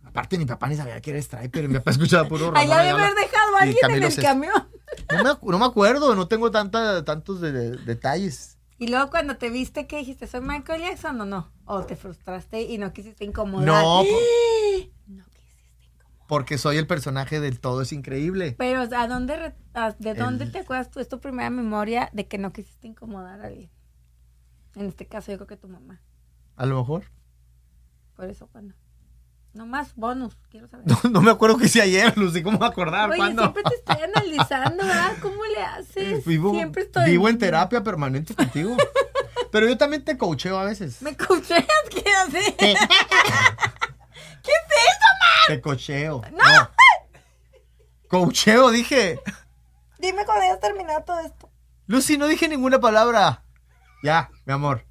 Aparte, mi papá ni sabía que era striper. Mi papá escuchaba puro Ramón
Allá de
Ayala.
haber dejado a
Y
alguien en
Camilo
el
Sesto.
camión. [laughs]
No me, acu- no me acuerdo, no tengo tanta, tantos de- de- detalles.
Y luego cuando te viste, ¿qué dijiste? ¿Soy Michael Jackson o no? ¿O te frustraste y no quisiste incomodar?
No, por-
No quisiste.
porque soy el personaje del todo es increíble.
Pero ¿a dónde, re- a- ¿de dónde
El-
te acuerdas tú? Es tu primera memoria de que no quisiste incomodar a alguien. En este caso yo creo que tu mamá.
A lo mejor.
Por eso, bueno. No más bonus, quiero saber.
No, no me acuerdo que hice ayer, Lucy, ¿cómo me acordar?
Oye,
¿Cuándo? Eh,
siempre te estoy analizando, ¿verdad? ¿Cómo le
[laughs]
haces?
Vivo,
siempre estoy...
vivo en terapia permanente contigo. Pero yo también te coacheo a veces.
¿Me escuchas? ¿Qué haces? ¿Qué es eso, ma?
Te cocheo. No. Coacheo, dije.
Dime cuando hayas terminado todo esto.
Lucy, no dije ninguna palabra. Ya, mi amor.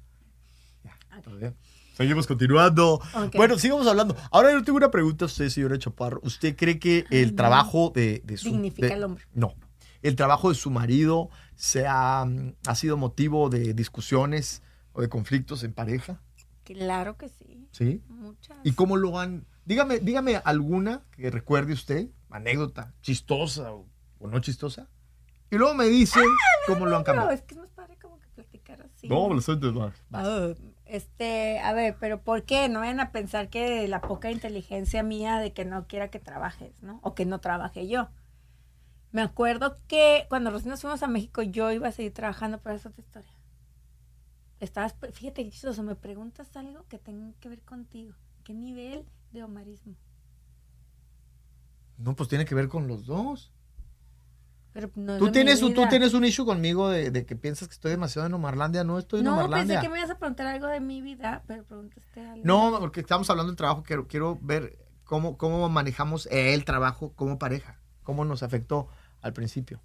Ya, todo bien. Seguimos continuando.
Ok.
Bueno, sigamos hablando. Ahora yo tengo una pregunta a usted, señora Chaparro. ¿Usted cree que el trabajo de, de su...
Dignifica
de-
al hombre.
No. ¿El trabajo de su marido se ha, mm, ha sido motivo de discusiones o de conflictos en pareja?
Claro que sí.
¿Sí?
Muchas.
¿Y cómo lo han...? Dígame, dígame alguna que recuerde usted, anécdota chistosa o, o no chistosa. Y luego me dice
Ah,
cómo lo han
Pero
cambiado.
es que es más padre como que platicar así.
No, lo siento, no. Va.
Ah, este, a ver, pero ¿por qué? No vayan a pensar que la poca inteligencia mía de que no quiera que trabajes, ¿no? O que no trabaje yo. Me acuerdo que cuando recién nos fuimos a México, yo iba a seguir trabajando, pero esa es otra historia. Estabas, pre- fíjate, qué chistoso, me preguntas algo que tenga que ver contigo. ¿Qué nivel de omarismo?
No, pues tiene que ver con los dos.
Pero no es
Tú
de
tienes,
mi
un- tú
vida.
tienes un issue conmigo de, de que piensas que estoy demasiado en Omarlandia. No estoy en
No, pensé
Omarlandia.
que me ibas a preguntar algo de mi vida, pero preguntaste algo.
No, porque estamos hablando del trabajo. Quiero, quiero ver cómo, cómo manejamos el trabajo como pareja. Cómo nos afectó al principio.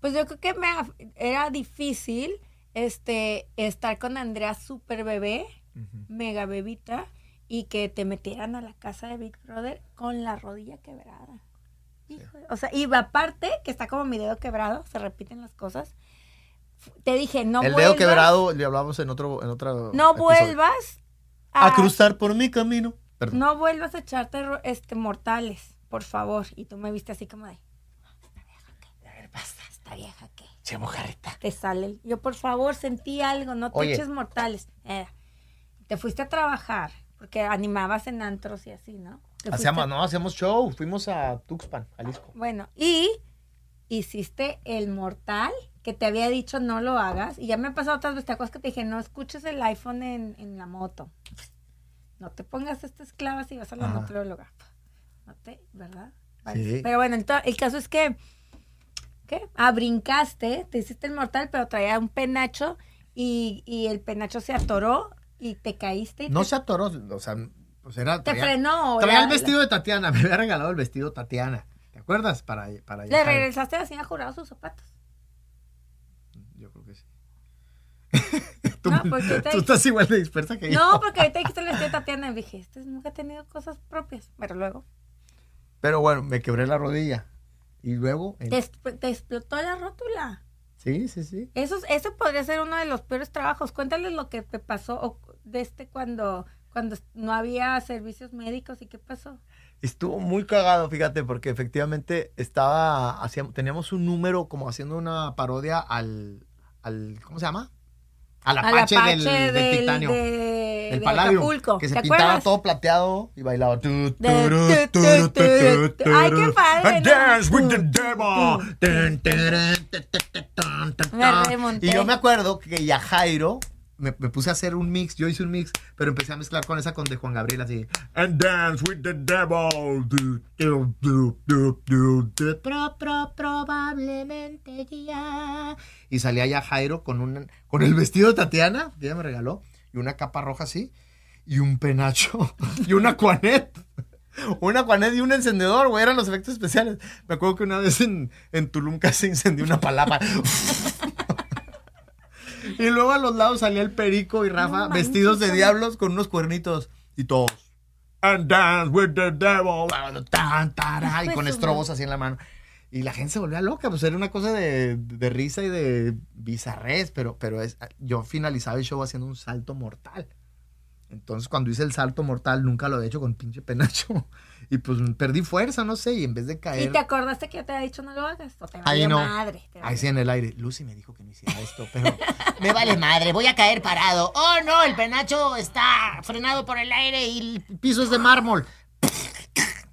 Pues yo creo que me af- era difícil este estar con Andrea super bebé, mega bebita, y que te metieran a la casa de Big Brother con la rodilla quebrada. Hijo de- O sea, y aparte, que está como mi dedo quebrado, se repiten las cosas. F- Te dije, no
el dedo
vuelvas.
quebrado le hablamos en otro en otra
No
episodio.
vuelvas
a, cruzar por mi camino. Perdón.
No vuelvas a echarte ro- este mortales, por favor. Y tú me viste así como de. Esta vieja que.
Che, mojarrita.
Te sale. el- Yo, por favor, sentí algo, no te
Oye.
eches mortales. Eh, te fuiste a trabajar, porque animabas en antros y así, ¿no? Te fuiste
Hacíamos,
a-
no, hacíamos show. Fuimos a Tuxpan, Jalisco.
Bueno, y hiciste el mortal que te había dicho no lo hagas. Y ya me ha pasado otras veces, te acuerdas que te dije, no escuches el iPhone en, en la moto. No te pongas estas clavas y vas a la
Ajá.
moto y luego lo agarras. No te, ¿verdad?
Sí.
Pero bueno, ento- el caso es que, ¿qué? Ah, brincaste, te hiciste el mortal, pero traía un penacho y, y el penacho se atoró y te caíste y
No
te,
se atoró, o sea, pues era.
te
traía-
frenó.
Traía
la-
el vestido de Tatiana, [laughs] me había regalado el vestido Tatiana. ¿Te acuerdas? Para, para
Le
allá.
regresaste así a jurado sus zapatos.
Yo creo que sí. [laughs] tú,
No, porque te-
tú estás igual de dispersa que yo. [laughs]
No, porque ahorita dijiste el vestido de Tatiana y dije, este nunca ha tenido cosas propias. Pero luego,
Pero bueno, me quebré la rodilla. Y luego. en-
te, exp- te explotó la rótula.
Sí, sí, sí.
Eso, eso podría ser uno de los peores trabajos. Cuéntales lo que te pasó o cu- de este cuando, cuando no había servicios médicos y qué pasó.
Estuvo muy cagado, fíjate, porque efectivamente estaba, hacíamos, teníamos un número como haciendo una parodia al, al ¿cómo se llama? Al
Al
Apache, del, del
del-
titanio,
de-
del
de
Palladium,
Acapulco.
que se
¿Te
pintaba
acuerdas?
todo plateado y bailaba. tu,
De-
turu,
tu, tu,
turu,
tu,
turu,
tu. Ay, qué
turu.
padre,
I
¿no?
dance with the
Tu, tu,
devil.
tu.
Tun, turun, tu, tu, tu, tun, tu,
Me
tun.
remonté.
Y yo me acuerdo que ya Jairo me, me puse a hacer un mix, yo hice un mix, pero empecé a mezclar con esa con de Juan Gabriel así. And dance with the devil. Du, du, du, du, du, du, pro, pro, probablemente ya. Y salía ya Jairo con un con el vestido de Tatiana, que ella me regaló, y una capa roja así, y un penacho, [laughs] y una cuanet. Una cuanet y un encendedor, güey, eran los efectos especiales. Me acuerdo que una vez en, en Tulum casi incendió una palapa. [laughs] Y luego a los lados salía el perico y Rafa
manches,
vestidos de
hombre.
diablos con unos cuernitos y todos. And dance with the devil. Tan, tará, y
Hijo de
con
su
estrobos así en la mano. Y la gente se volvía loca, pues era una cosa de, de risa y de bizarrés, pero, pero es, yo finalizaba el show haciendo un salto mortal. Entonces cuando hice el salto mortal nunca lo había hecho con pinche [laughs] penacho. Y pues perdí fuerza, no sé, y en vez de caer...
Y te acordaste que yo te había dicho no lo hagas. O te
Ahí
valió
no.
madre. te
Ahí
valió-
sí en el aire. Lucy me dijo que no hiciera esto, pero
Me vale madre, voy a caer parado. Oh no, el penacho está frenado por el aire y el piso es de mármol.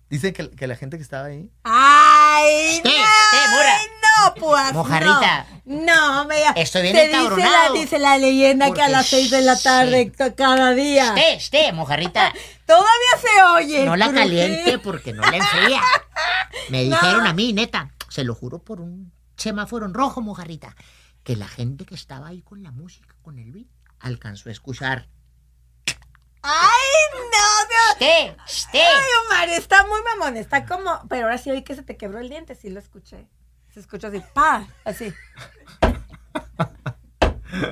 Dicen que, que la gente que estaba ahí.
¡Ay!
¡Té,
no,
té, mora!
no, pues.
Mojarrita.
No, no me digas.
Estoy bien
Se dice la,
encabronado.
dice la leyenda que a
Porque
las 6 de la
sí.
tarde ca- cada día.
Esté, esté, mojarrita.
Todavía se oye.
No la
crujir.
caliente porque no la enfría. Me
No.
dijeron a mí, neta, se lo juro por un semáforo en rojo, mojarrita, que la gente que estaba ahí con la música, con el beat, alcanzó a escuchar.
¡Ay, no, Dios!
¡Esté, esté!
Ay, Omar, está muy mamón. Está como. Pero ahora sí oí que se te quebró el diente. Sí lo escuché. Se escuchó así, ¡pa! Así.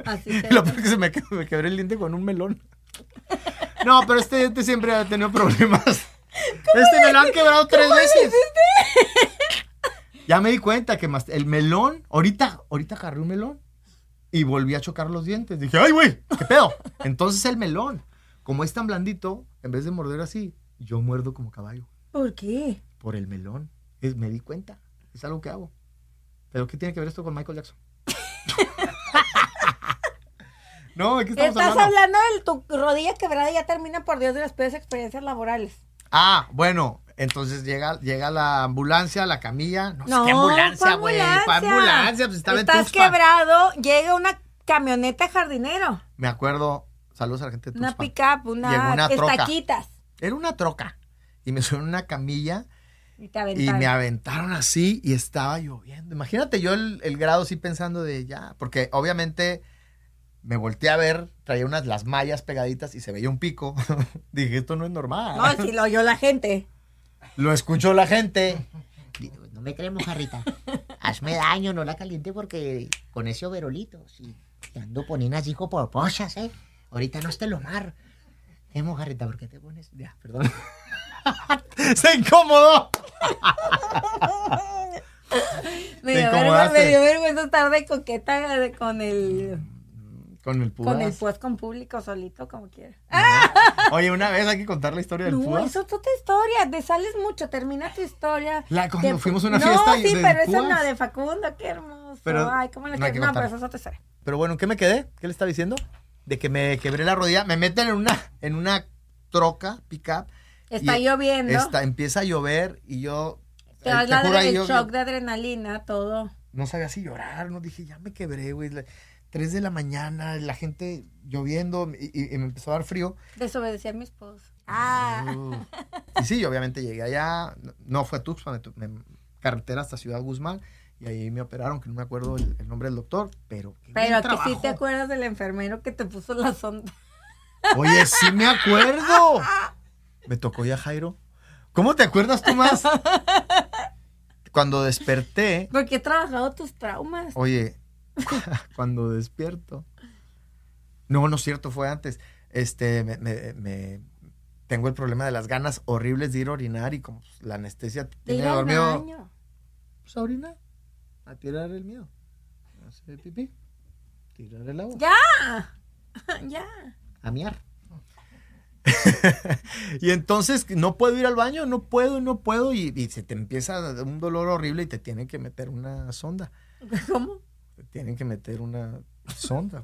Así
[laughs]
se
Lo peor es que se me, que- me quebré el diente con un melón. No, pero este diente siempre ha tenido problemas. Este me lo han quebrado tres veces. Ya me di cuenta que más el melón, ahorita, ahorita agarré un melón y volví a chocar los dientes. Dije, ¡ay, güey! ¿Qué pedo? Entonces el melón, como es tan blandito, en vez de morder así, yo muerdo como caballo.
¿Por qué?
por el melón. Es- me di cuenta. Es algo que hago. ¿Pero qué tiene que ver esto con Michael Jackson? [laughs] no, ¿de qué estamos
Estás
hablando?
hablando de tu rodilla quebrada y ya termina por Dios de las peores experiencias laborales.
Ah, bueno, Entonces llega, llega la ambulancia, la camilla. No, sé
No,
Pues, ¿qué ambulancia,
¿cuál
güey?
ambulancia?
¿Cuál ambulancia? Pues estaba en
Estás
Tuxpan.
quebrado, llega una camioneta de jardinero,
Me acuerdo, saludos a la gente de
una
Tuxpan.
pick-up, una,
Llegó una troca.
estaquitas.
Era una troca. Y me subieron a una camilla
Y te
y
aventaron.
me aventaron así y estaba lloviendo. Imagínate yo el, el grado así pensando de ya, porque obviamente me volteé a ver, traía unas las mallas pegaditas y se veía un pico. [laughs] Dije, esto no es normal.
No, si lo oyó
[laughs]
la gente.
Lo escuchó la gente. [laughs]
No me crees, mojarrita. Hazme daño, no la caliente porque con ese overolito, sí. Te ando poniendo así hijo por pochas, ¿eh? Ahorita no esté lo mar. Eh, mojarrita, ¿por qué te pones? Ya, perdón.
Se incomodó.
Me
Te
dio, vergüenza,
incomodaste.
me dio vergüenza estar de coqueta de- con el,
Con el púas.
con el pues con público solito, como quiera. [laughs]
Oye, una vez hay que contar la historia del
No,
púas.
eso es otra historia. Te sales mucho, termina tu historia.
La- cuando
Te-
fuimos a una
no,
fiesta y-
Sí,
del
pero eso
Púas.
no, de Facundo, qué hermoso.
Pero
Ay, cómo le
no hay que
quiero. No,
contar.
pero eso es otra historia.
Pero bueno, ¿qué me quedé? ¿Qué le estaba diciendo? De que me quebré la rodilla. Me meten en una, en una troca, pick-up.
Está
y
lloviendo.
está- empieza a llover y yo...
te
eh,
das la-
juro, ahí
el
yo-
shock de adrenalina, todo.
no sabía si llorar, no dije, ya me quebré, güey. La- Tres de la mañana, la gente lloviendo y, y- y me empezó a dar frío.
Desobedecí a mi esposo. Ah.
Uh. Y sí, obviamente llegué allá, no- no fue a Tuxpan, me tu- me- carretera hasta Ciudad Guzmán, y ahí me operaron, que no me acuerdo el, el nombre del doctor, pero... qué bien
Pero que sí
trabajó.
te acuerdas del enfermero que te puso la sonda.
Oye, sí me acuerdo. Me tocó ya Jairo. ¿Cómo te acuerdas tú
[laughs]
más? Cuando desperté,
Porque he trabajado tus traumas.
oye, [laughs] cuando despierto. No, no es cierto, fue antes. Este, me, me- me- tengo el problema de las ganas horribles de ir a orinar y como pues, la anestesia te
De ir
tiene
al
dormido.
baño. [laughs]
Pues a orinar, a tirar el miedo, a hacer pipí, tirar el agua.
Ya. ya.
A miar.
Y entonces no puedo ir al baño, no puedo, no puedo. Y, y se te empieza un dolor horrible y te tienen que meter una sonda.
¿Cómo?
Te tienen que meter una sonda.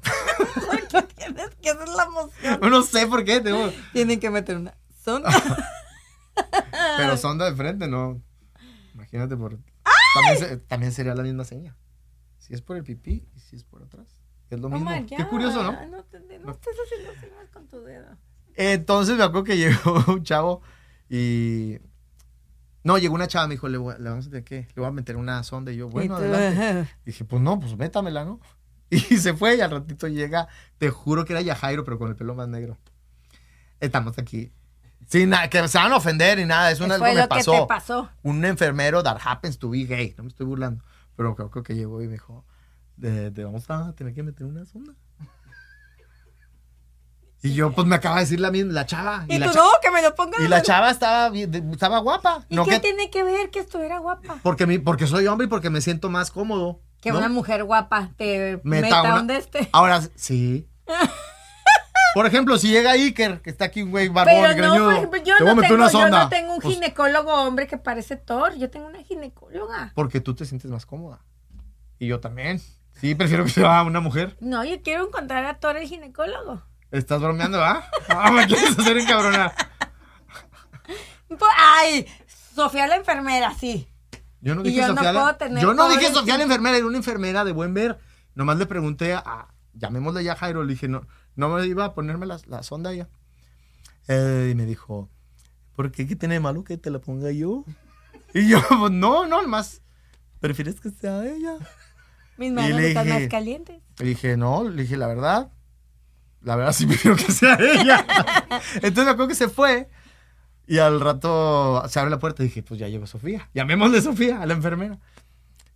[laughs]
Tienes que hacer la emoción.
no sé por qué, tengo-
Tienen que meter una [laughs] sonda.
pero sonda de frente, no. Imagínate por... También, se- también sería la misma seña. Si es por el pipí y si es por atrás. Es
Oh
lo mismo.
Omar,
Qué
ya.
curioso, ¿no?
No, te- no estés haciendo señas con tu dedo.
Entonces me acuerdo que [laughs] llegó un chavo y... No, llegó una chava, me dijo, le, voy a- le vamos a tener que... Le voy a meter una sonda. Y yo, bueno,
Y tú,
adelante.
ajá.
Dije, pues no, pues métamela, ¿no? [laughs] Y se fue y al ratito llega, te juro que era Yajairo, pero con el pelo más negro. Estamos aquí. Sin nada, que se van a ofender y nada, es
[laughs]
una algo
Fue
que me
lo que te
pasó.
pasó.
Un enfermero that happens to be gay, no me estoy burlando. Pero creo, creo que llegó y me dijo, "De- te vamos a tener que meter una sonda. Y yo, pues me acaba de decir la misma, la chava.
Y,
la,
tú
cha-
no, que me lo pongan.
y la chava estaba, bien- estaba guapa.
¿Y
no
qué
que-
tiene que ver que estuviera guapa?
porque, mi- porque soy hombre y porque me siento más cómodo.
Que
¿no?
una mujer guapa te
Meta
meta,
una-
un
[laughs]
de este.
Ahora,
[laughs]
sí. Por ejemplo, si llega Iker, que está aquí un güey barbón,
Pero no,
greñudo,
por ejemplo, yo
Ah, te voy a
no,
meter
tengo,
una
yo
sonda.
no tengo un
Pues,
ginecólogo hombre que parece Thor. Yo tengo una ginecóloga.
Porque tú te sientes más cómoda. Y yo también. Sí, prefiero que sea una mujer.
No, yo quiero encontrar a Thor el ginecólogo.
Estás bromeando, ¿va? Ah, [laughs] me quieres hacer encabronar.
Pues, Ay, Sofía la enfermera, sí.
Yo no
Y
dije
yo no
Sofía. la-
puedo tener
yo no dije
pobre-
Sofía la enfermera, era una enfermera de buen ver. Nomás le pregunté a, llamémosle ya Jairo, le dije, no, no me iba a ponerme la, la sonda ya. Eh, y me dijo, ¿por qué qué tiene de malo que te la ponga yo? Y yo, [laughs] pues, no, no, nomás, ¿prefieres que sea ella?
Mis
Y
manos
le
están
dije-
más calientes.
Le dije, no, le dije, la verdad, la verdad sí [laughs] prefiero que sea ella. Entonces me acuerdo que se fue y al rato se abre la puerta y dije, pues ya llegó Sofía, llamémosle Sofía a la enfermera.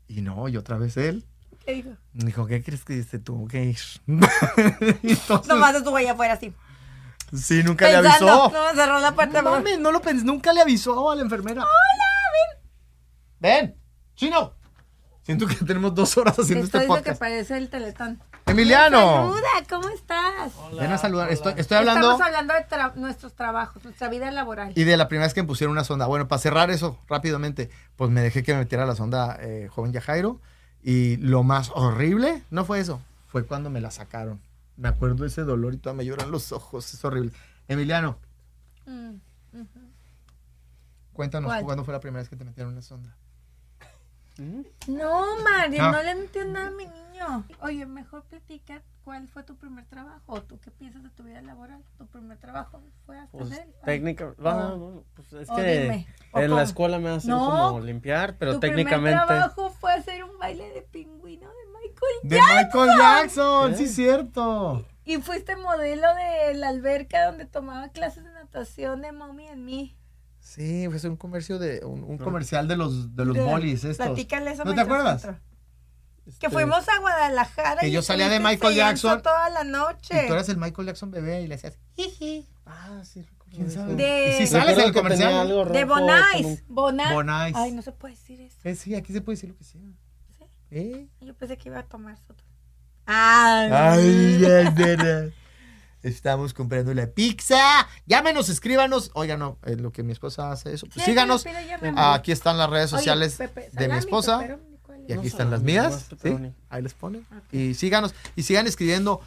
Y no, y otra vez él.
¿Qué dijo?
Me dijo, ¿qué [laughs] crees que se tuvo que ir? Entonces,
Nomás estuvo allá afuera así.
sí, nunca le
pensando.
avisó.
No, cerró la puerta.
No mames, no lo pensé, nunca le avisó a la enfermera. ¡Hola! ¡Ven! ¡Ven! ¡Chino! Siento que tenemos dos horas
Te
haciendo
estoy
este
diciendo que
podcast.
parece el teletón.
¡Emiliano!
Saluda, ¿cómo estás?
Ven a saludar. Estoy, estoy hablando...
Estamos hablando de tra- nuestros trabajos, nuestra vida laboral.
Y de la primera vez que me pusieron una sonda. Bueno, para cerrar eso rápidamente, pues me dejé que me metiera la sonda eh, joven Yajairo. Y lo más horrible no fue eso, fue cuando me la sacaron. Me acuerdo ese dolor y todavía me lloran los ojos. Es horrible. Emiliano,
Mm.
Cuéntanos
¿Cuál?
cuándo fue la primera vez que te metieron una sonda.
No, Mari, no.
No.
le entiendo nada a mi niño. Oye, mejor platica cuál fue tu primer trabajo. o ¿Tú qué piensas de tu vida laboral? ¿Tu primer trabajo fue hasta
Pues
él?
técnica,
Ah.
no, no, pues es
O
que
dime, o
en
cómo.
la escuela me hacen
No,
como limpiar, pero
tu
técnicamente
primer trabajo fue hacer un baile de pingüino de Michael
¡De Michael Jackson!
¿Eh?
¡Sí, cierto!
y fuiste modelo de la alberca donde tomaba clases de natación de mommy en mí.
Sí, es un comercio de un, un
Ah.
comercial de los de los
De-
bolis estos.
Platícale eso.
¿No te
mientras
acuerdas?
entro.
este,
Que fuimos a Guadalajara.
Que yo salía de
estuviste
Michael
enseñando
Jackson.
toda la noche.
Y tú eras el Michael Jackson bebé y le hacías.
Ah, sí, recuerdo
¿Quién
eso.
sabe?
De-
¿Y si
Me
sales en
Recuerdo
el
que tenía
comercial?
algo
De
rojo con
Bonais.
un-
Bonais.
Bonais.
Ay, no se puede decir eso.
Eh, sí, aquí se puede decir lo que sea. ¿Eh?
Yo pensé que iba a tomar soto. Ay.
ya, nena. Estamos comprando la pizza. Llámenos, escríbanos. Oiga, no, eh, lo que mi esposa hace eso.
Sí,
Pues síganos.
pero llámame.
Aquí están las redes
Oye,
sociales
Pepe,
de mi
salami,
esposa.
pepperoni, ¿cuál es?
Y aquí
No
están las
sabemos,
mías.
nomás
¿sí?
pepperoni.
Ahí les ponen. Y síganos. Y sigan escribiendo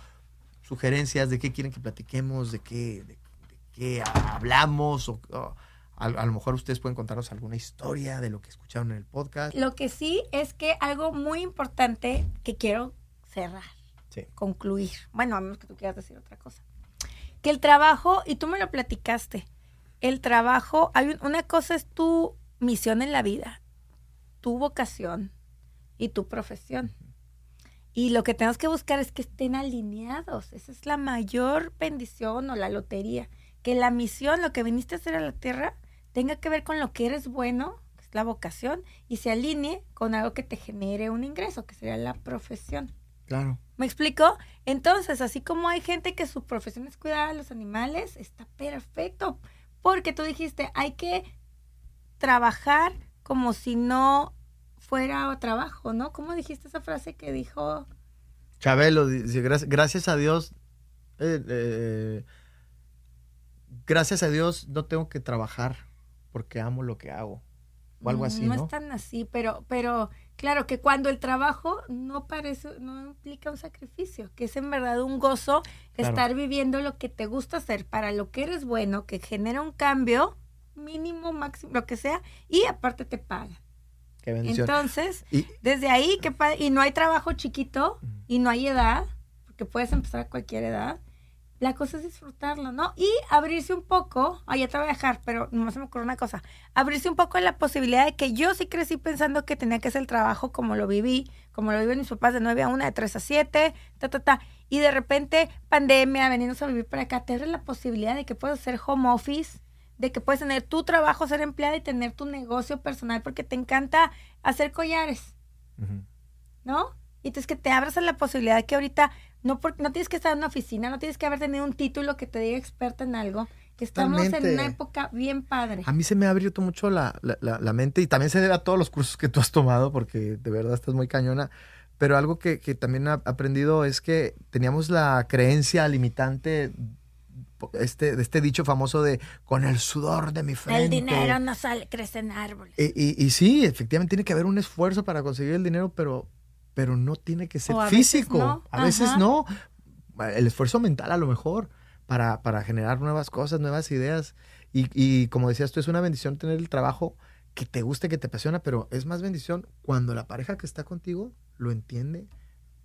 sugerencias de qué quieren que platiquemos, de qué, de, de qué hablamos. O, o a, a lo mejor ustedes pueden contarnos alguna historia de lo que escucharon en el podcast.
Lo que sí es que algo muy importante que quiero cerrar,
Sí.
concluir. Bueno, a menos que tú quieras decir otra cosa. Que el trabajo, y tú me lo platicaste, el trabajo, hay un- una cosa es tu misión en la vida, tu vocación y tu profesión. Y lo que tenemos que buscar es que estén alineados. Esa es la mayor bendición o la lotería. Que la misión, lo que viniste a hacer a la tierra, tenga que ver con lo que eres bueno, que es la vocación, y se alinee con algo que te genere un ingreso, que sería la profesión.
Claro.
¿Me explico? Entonces, así como hay gente que su profesión es cuidar a los animales, está perfecto, porque tú dijiste, hay que trabajar como si no fuera trabajo, ¿no? ¿Cómo dijiste esa frase que dijo?
Chabelo dice, "Gra- gracias a Dios, eh, eh, gracias a Dios no tengo que trabajar porque amo lo que hago. O algo así,
Mm, No,
¿no?
es tan así, pero, pero claro que cuando el trabajo no parece, no implica un sacrificio, que es en verdad un gozo
Claro.
estar viviendo lo que te gusta hacer, para lo que eres bueno, que genera un cambio mínimo, máximo, lo que sea, y aparte te paga.
Qué bendición.
Entonces,
Y-
desde ahí, que pa- y no hay trabajo chiquito y no hay edad, porque puedes empezar a cualquier edad. La cosa es disfrutarlo, ¿no? Y abrirse un poco, ay, ya te voy a dejar, pero nomás se me ocurrió una cosa, abrirse un poco a la posibilidad de que yo sí crecí pensando que tenía que hacer el trabajo como lo viví, como lo viven mis papás de 9 a 1, de 3 a 7, ta, ta, ta. Y de repente, pandemia, venirnos a vivir para acá, te abre la posibilidad de que puedas hacer home office, de que puedes tener tu trabajo, ser empleada y tener tu negocio personal porque te encanta hacer collares,
Ujú.
¿no? Y entonces que te abras a la posibilidad que ahorita no, por- no tienes que estar en una oficina, no tienes que haber tenido un título que te diga experta en algo. Estamos en
Totalmente.
una época bien padre.
A mí se me ha abierto mucho la, la- la- la mente y también se debe a todos los cursos que tú has tomado porque de verdad estás muy cañona. Pero algo que, que también he aprendido es que teníamos la creencia limitante este, de este dicho famoso de con el sudor de mi frente. Eh.
El dinero no sale, crece en árboles.
Y, y- y sí, efectivamente tiene que haber un esfuerzo para conseguir el dinero, pero, pero no tiene que ser
O a veces
físico.
no.
A veces
Ajá.
no. El esfuerzo mental a lo mejor para, para generar nuevas cosas, nuevas ideas. Y, y como decías tú, es una bendición tener el trabajo que te guste, que te apasiona, pero es más bendición cuando la pareja que está contigo lo entiende,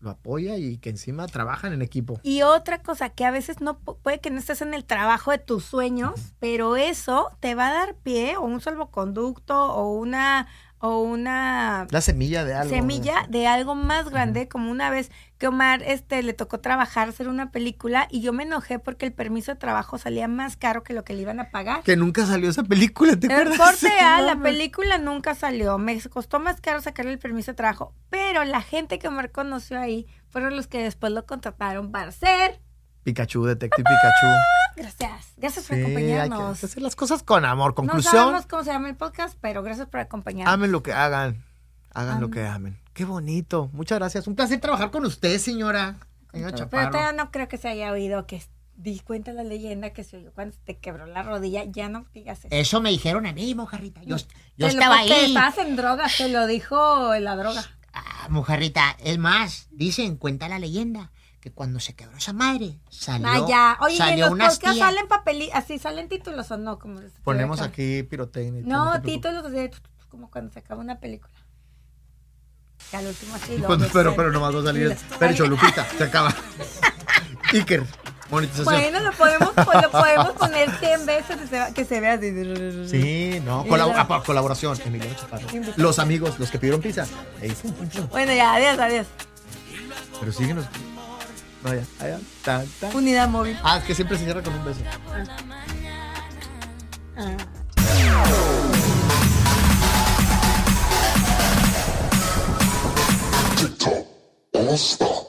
lo apoya y que encima trabajan en equipo.
Y otra cosa que a veces no pu- puede que no estés en el trabajo de tus sueños, pero eso te va a dar pie o un salvoconducto o una o una
La semilla de algo.
semilla de algo más grande, como una vez que Omar este le tocó trabajar hacer una película y yo me enojé porque el permiso de trabajo salía más caro que lo que le iban a pagar.
Que nunca salió esa película, ¿te
El
acuerdas? [laughs]
corte A, la
No,
película nunca salió. Me costó más caro sacarle el permiso de trabajo. Pero la gente que Omar conoció ahí fueron los que después lo contrataron para ser.
Pikachu, Detective Pikachu.
Gracias. Gracias por
Sí, hay que
acompañarnos.
hacer las cosas con amor.
No
Conclusión,
sabemos cómo se llama el podcast, pero gracias por acompañarnos.
amen lo que hagan. Hagan lo
Amen.
que amen. Qué bonito. Muchas gracias. Un placer trabajar con usted, señora. Señora
Pero
Chaparro.
todavía no creo que se haya oído que di cuenta la leyenda que se oyó cuando se te quebró la rodilla. Ya no digas eso.
Eso me dijeron a mí, mojarrita. Yo, Eh, yo
Te lo-
estaba
porque
ahí.
Estabas en droga, te lo dijo la droga.
Ah, mojarrita, es más, dicen, cuenta la leyenda, que cuando se quebró esa madre, salió,
Ah, ya. Oye, ¿y en
salió
los
una
podcasts
astilla.
salen papelitos? ¿Así salen títulos o no? Como les estoy
Ponemos
acá.
aquí pirotecnia. y todo, este
No,
te preocupes.
títulos así de tu, tu, tu, como cuando se acaba una película. Que al último así. lo
Cuando-
ves,
Pues, pero,
eh.
pero nomás va a salir. el- Percho, Lupita, se
[laughs]
acaba. Iker, monetización.
Bueno, lo podemos, pues, lo podemos poner 100 veces que se, va- que se vea así.
Sí, no,
Y
colab-
luego-
ah, pa- colaboración, Emiliano Chaparro. Los amigos, los que pidieron pizza. Ahí, pum, pum, pum.
Bueno, ya, adiós, adiós.
Pero síguenos. Vaya, allá. Tan, tan.
Unidad móvil.
Ah, es que siempre se cierra con un beso.
TikTok, all stop.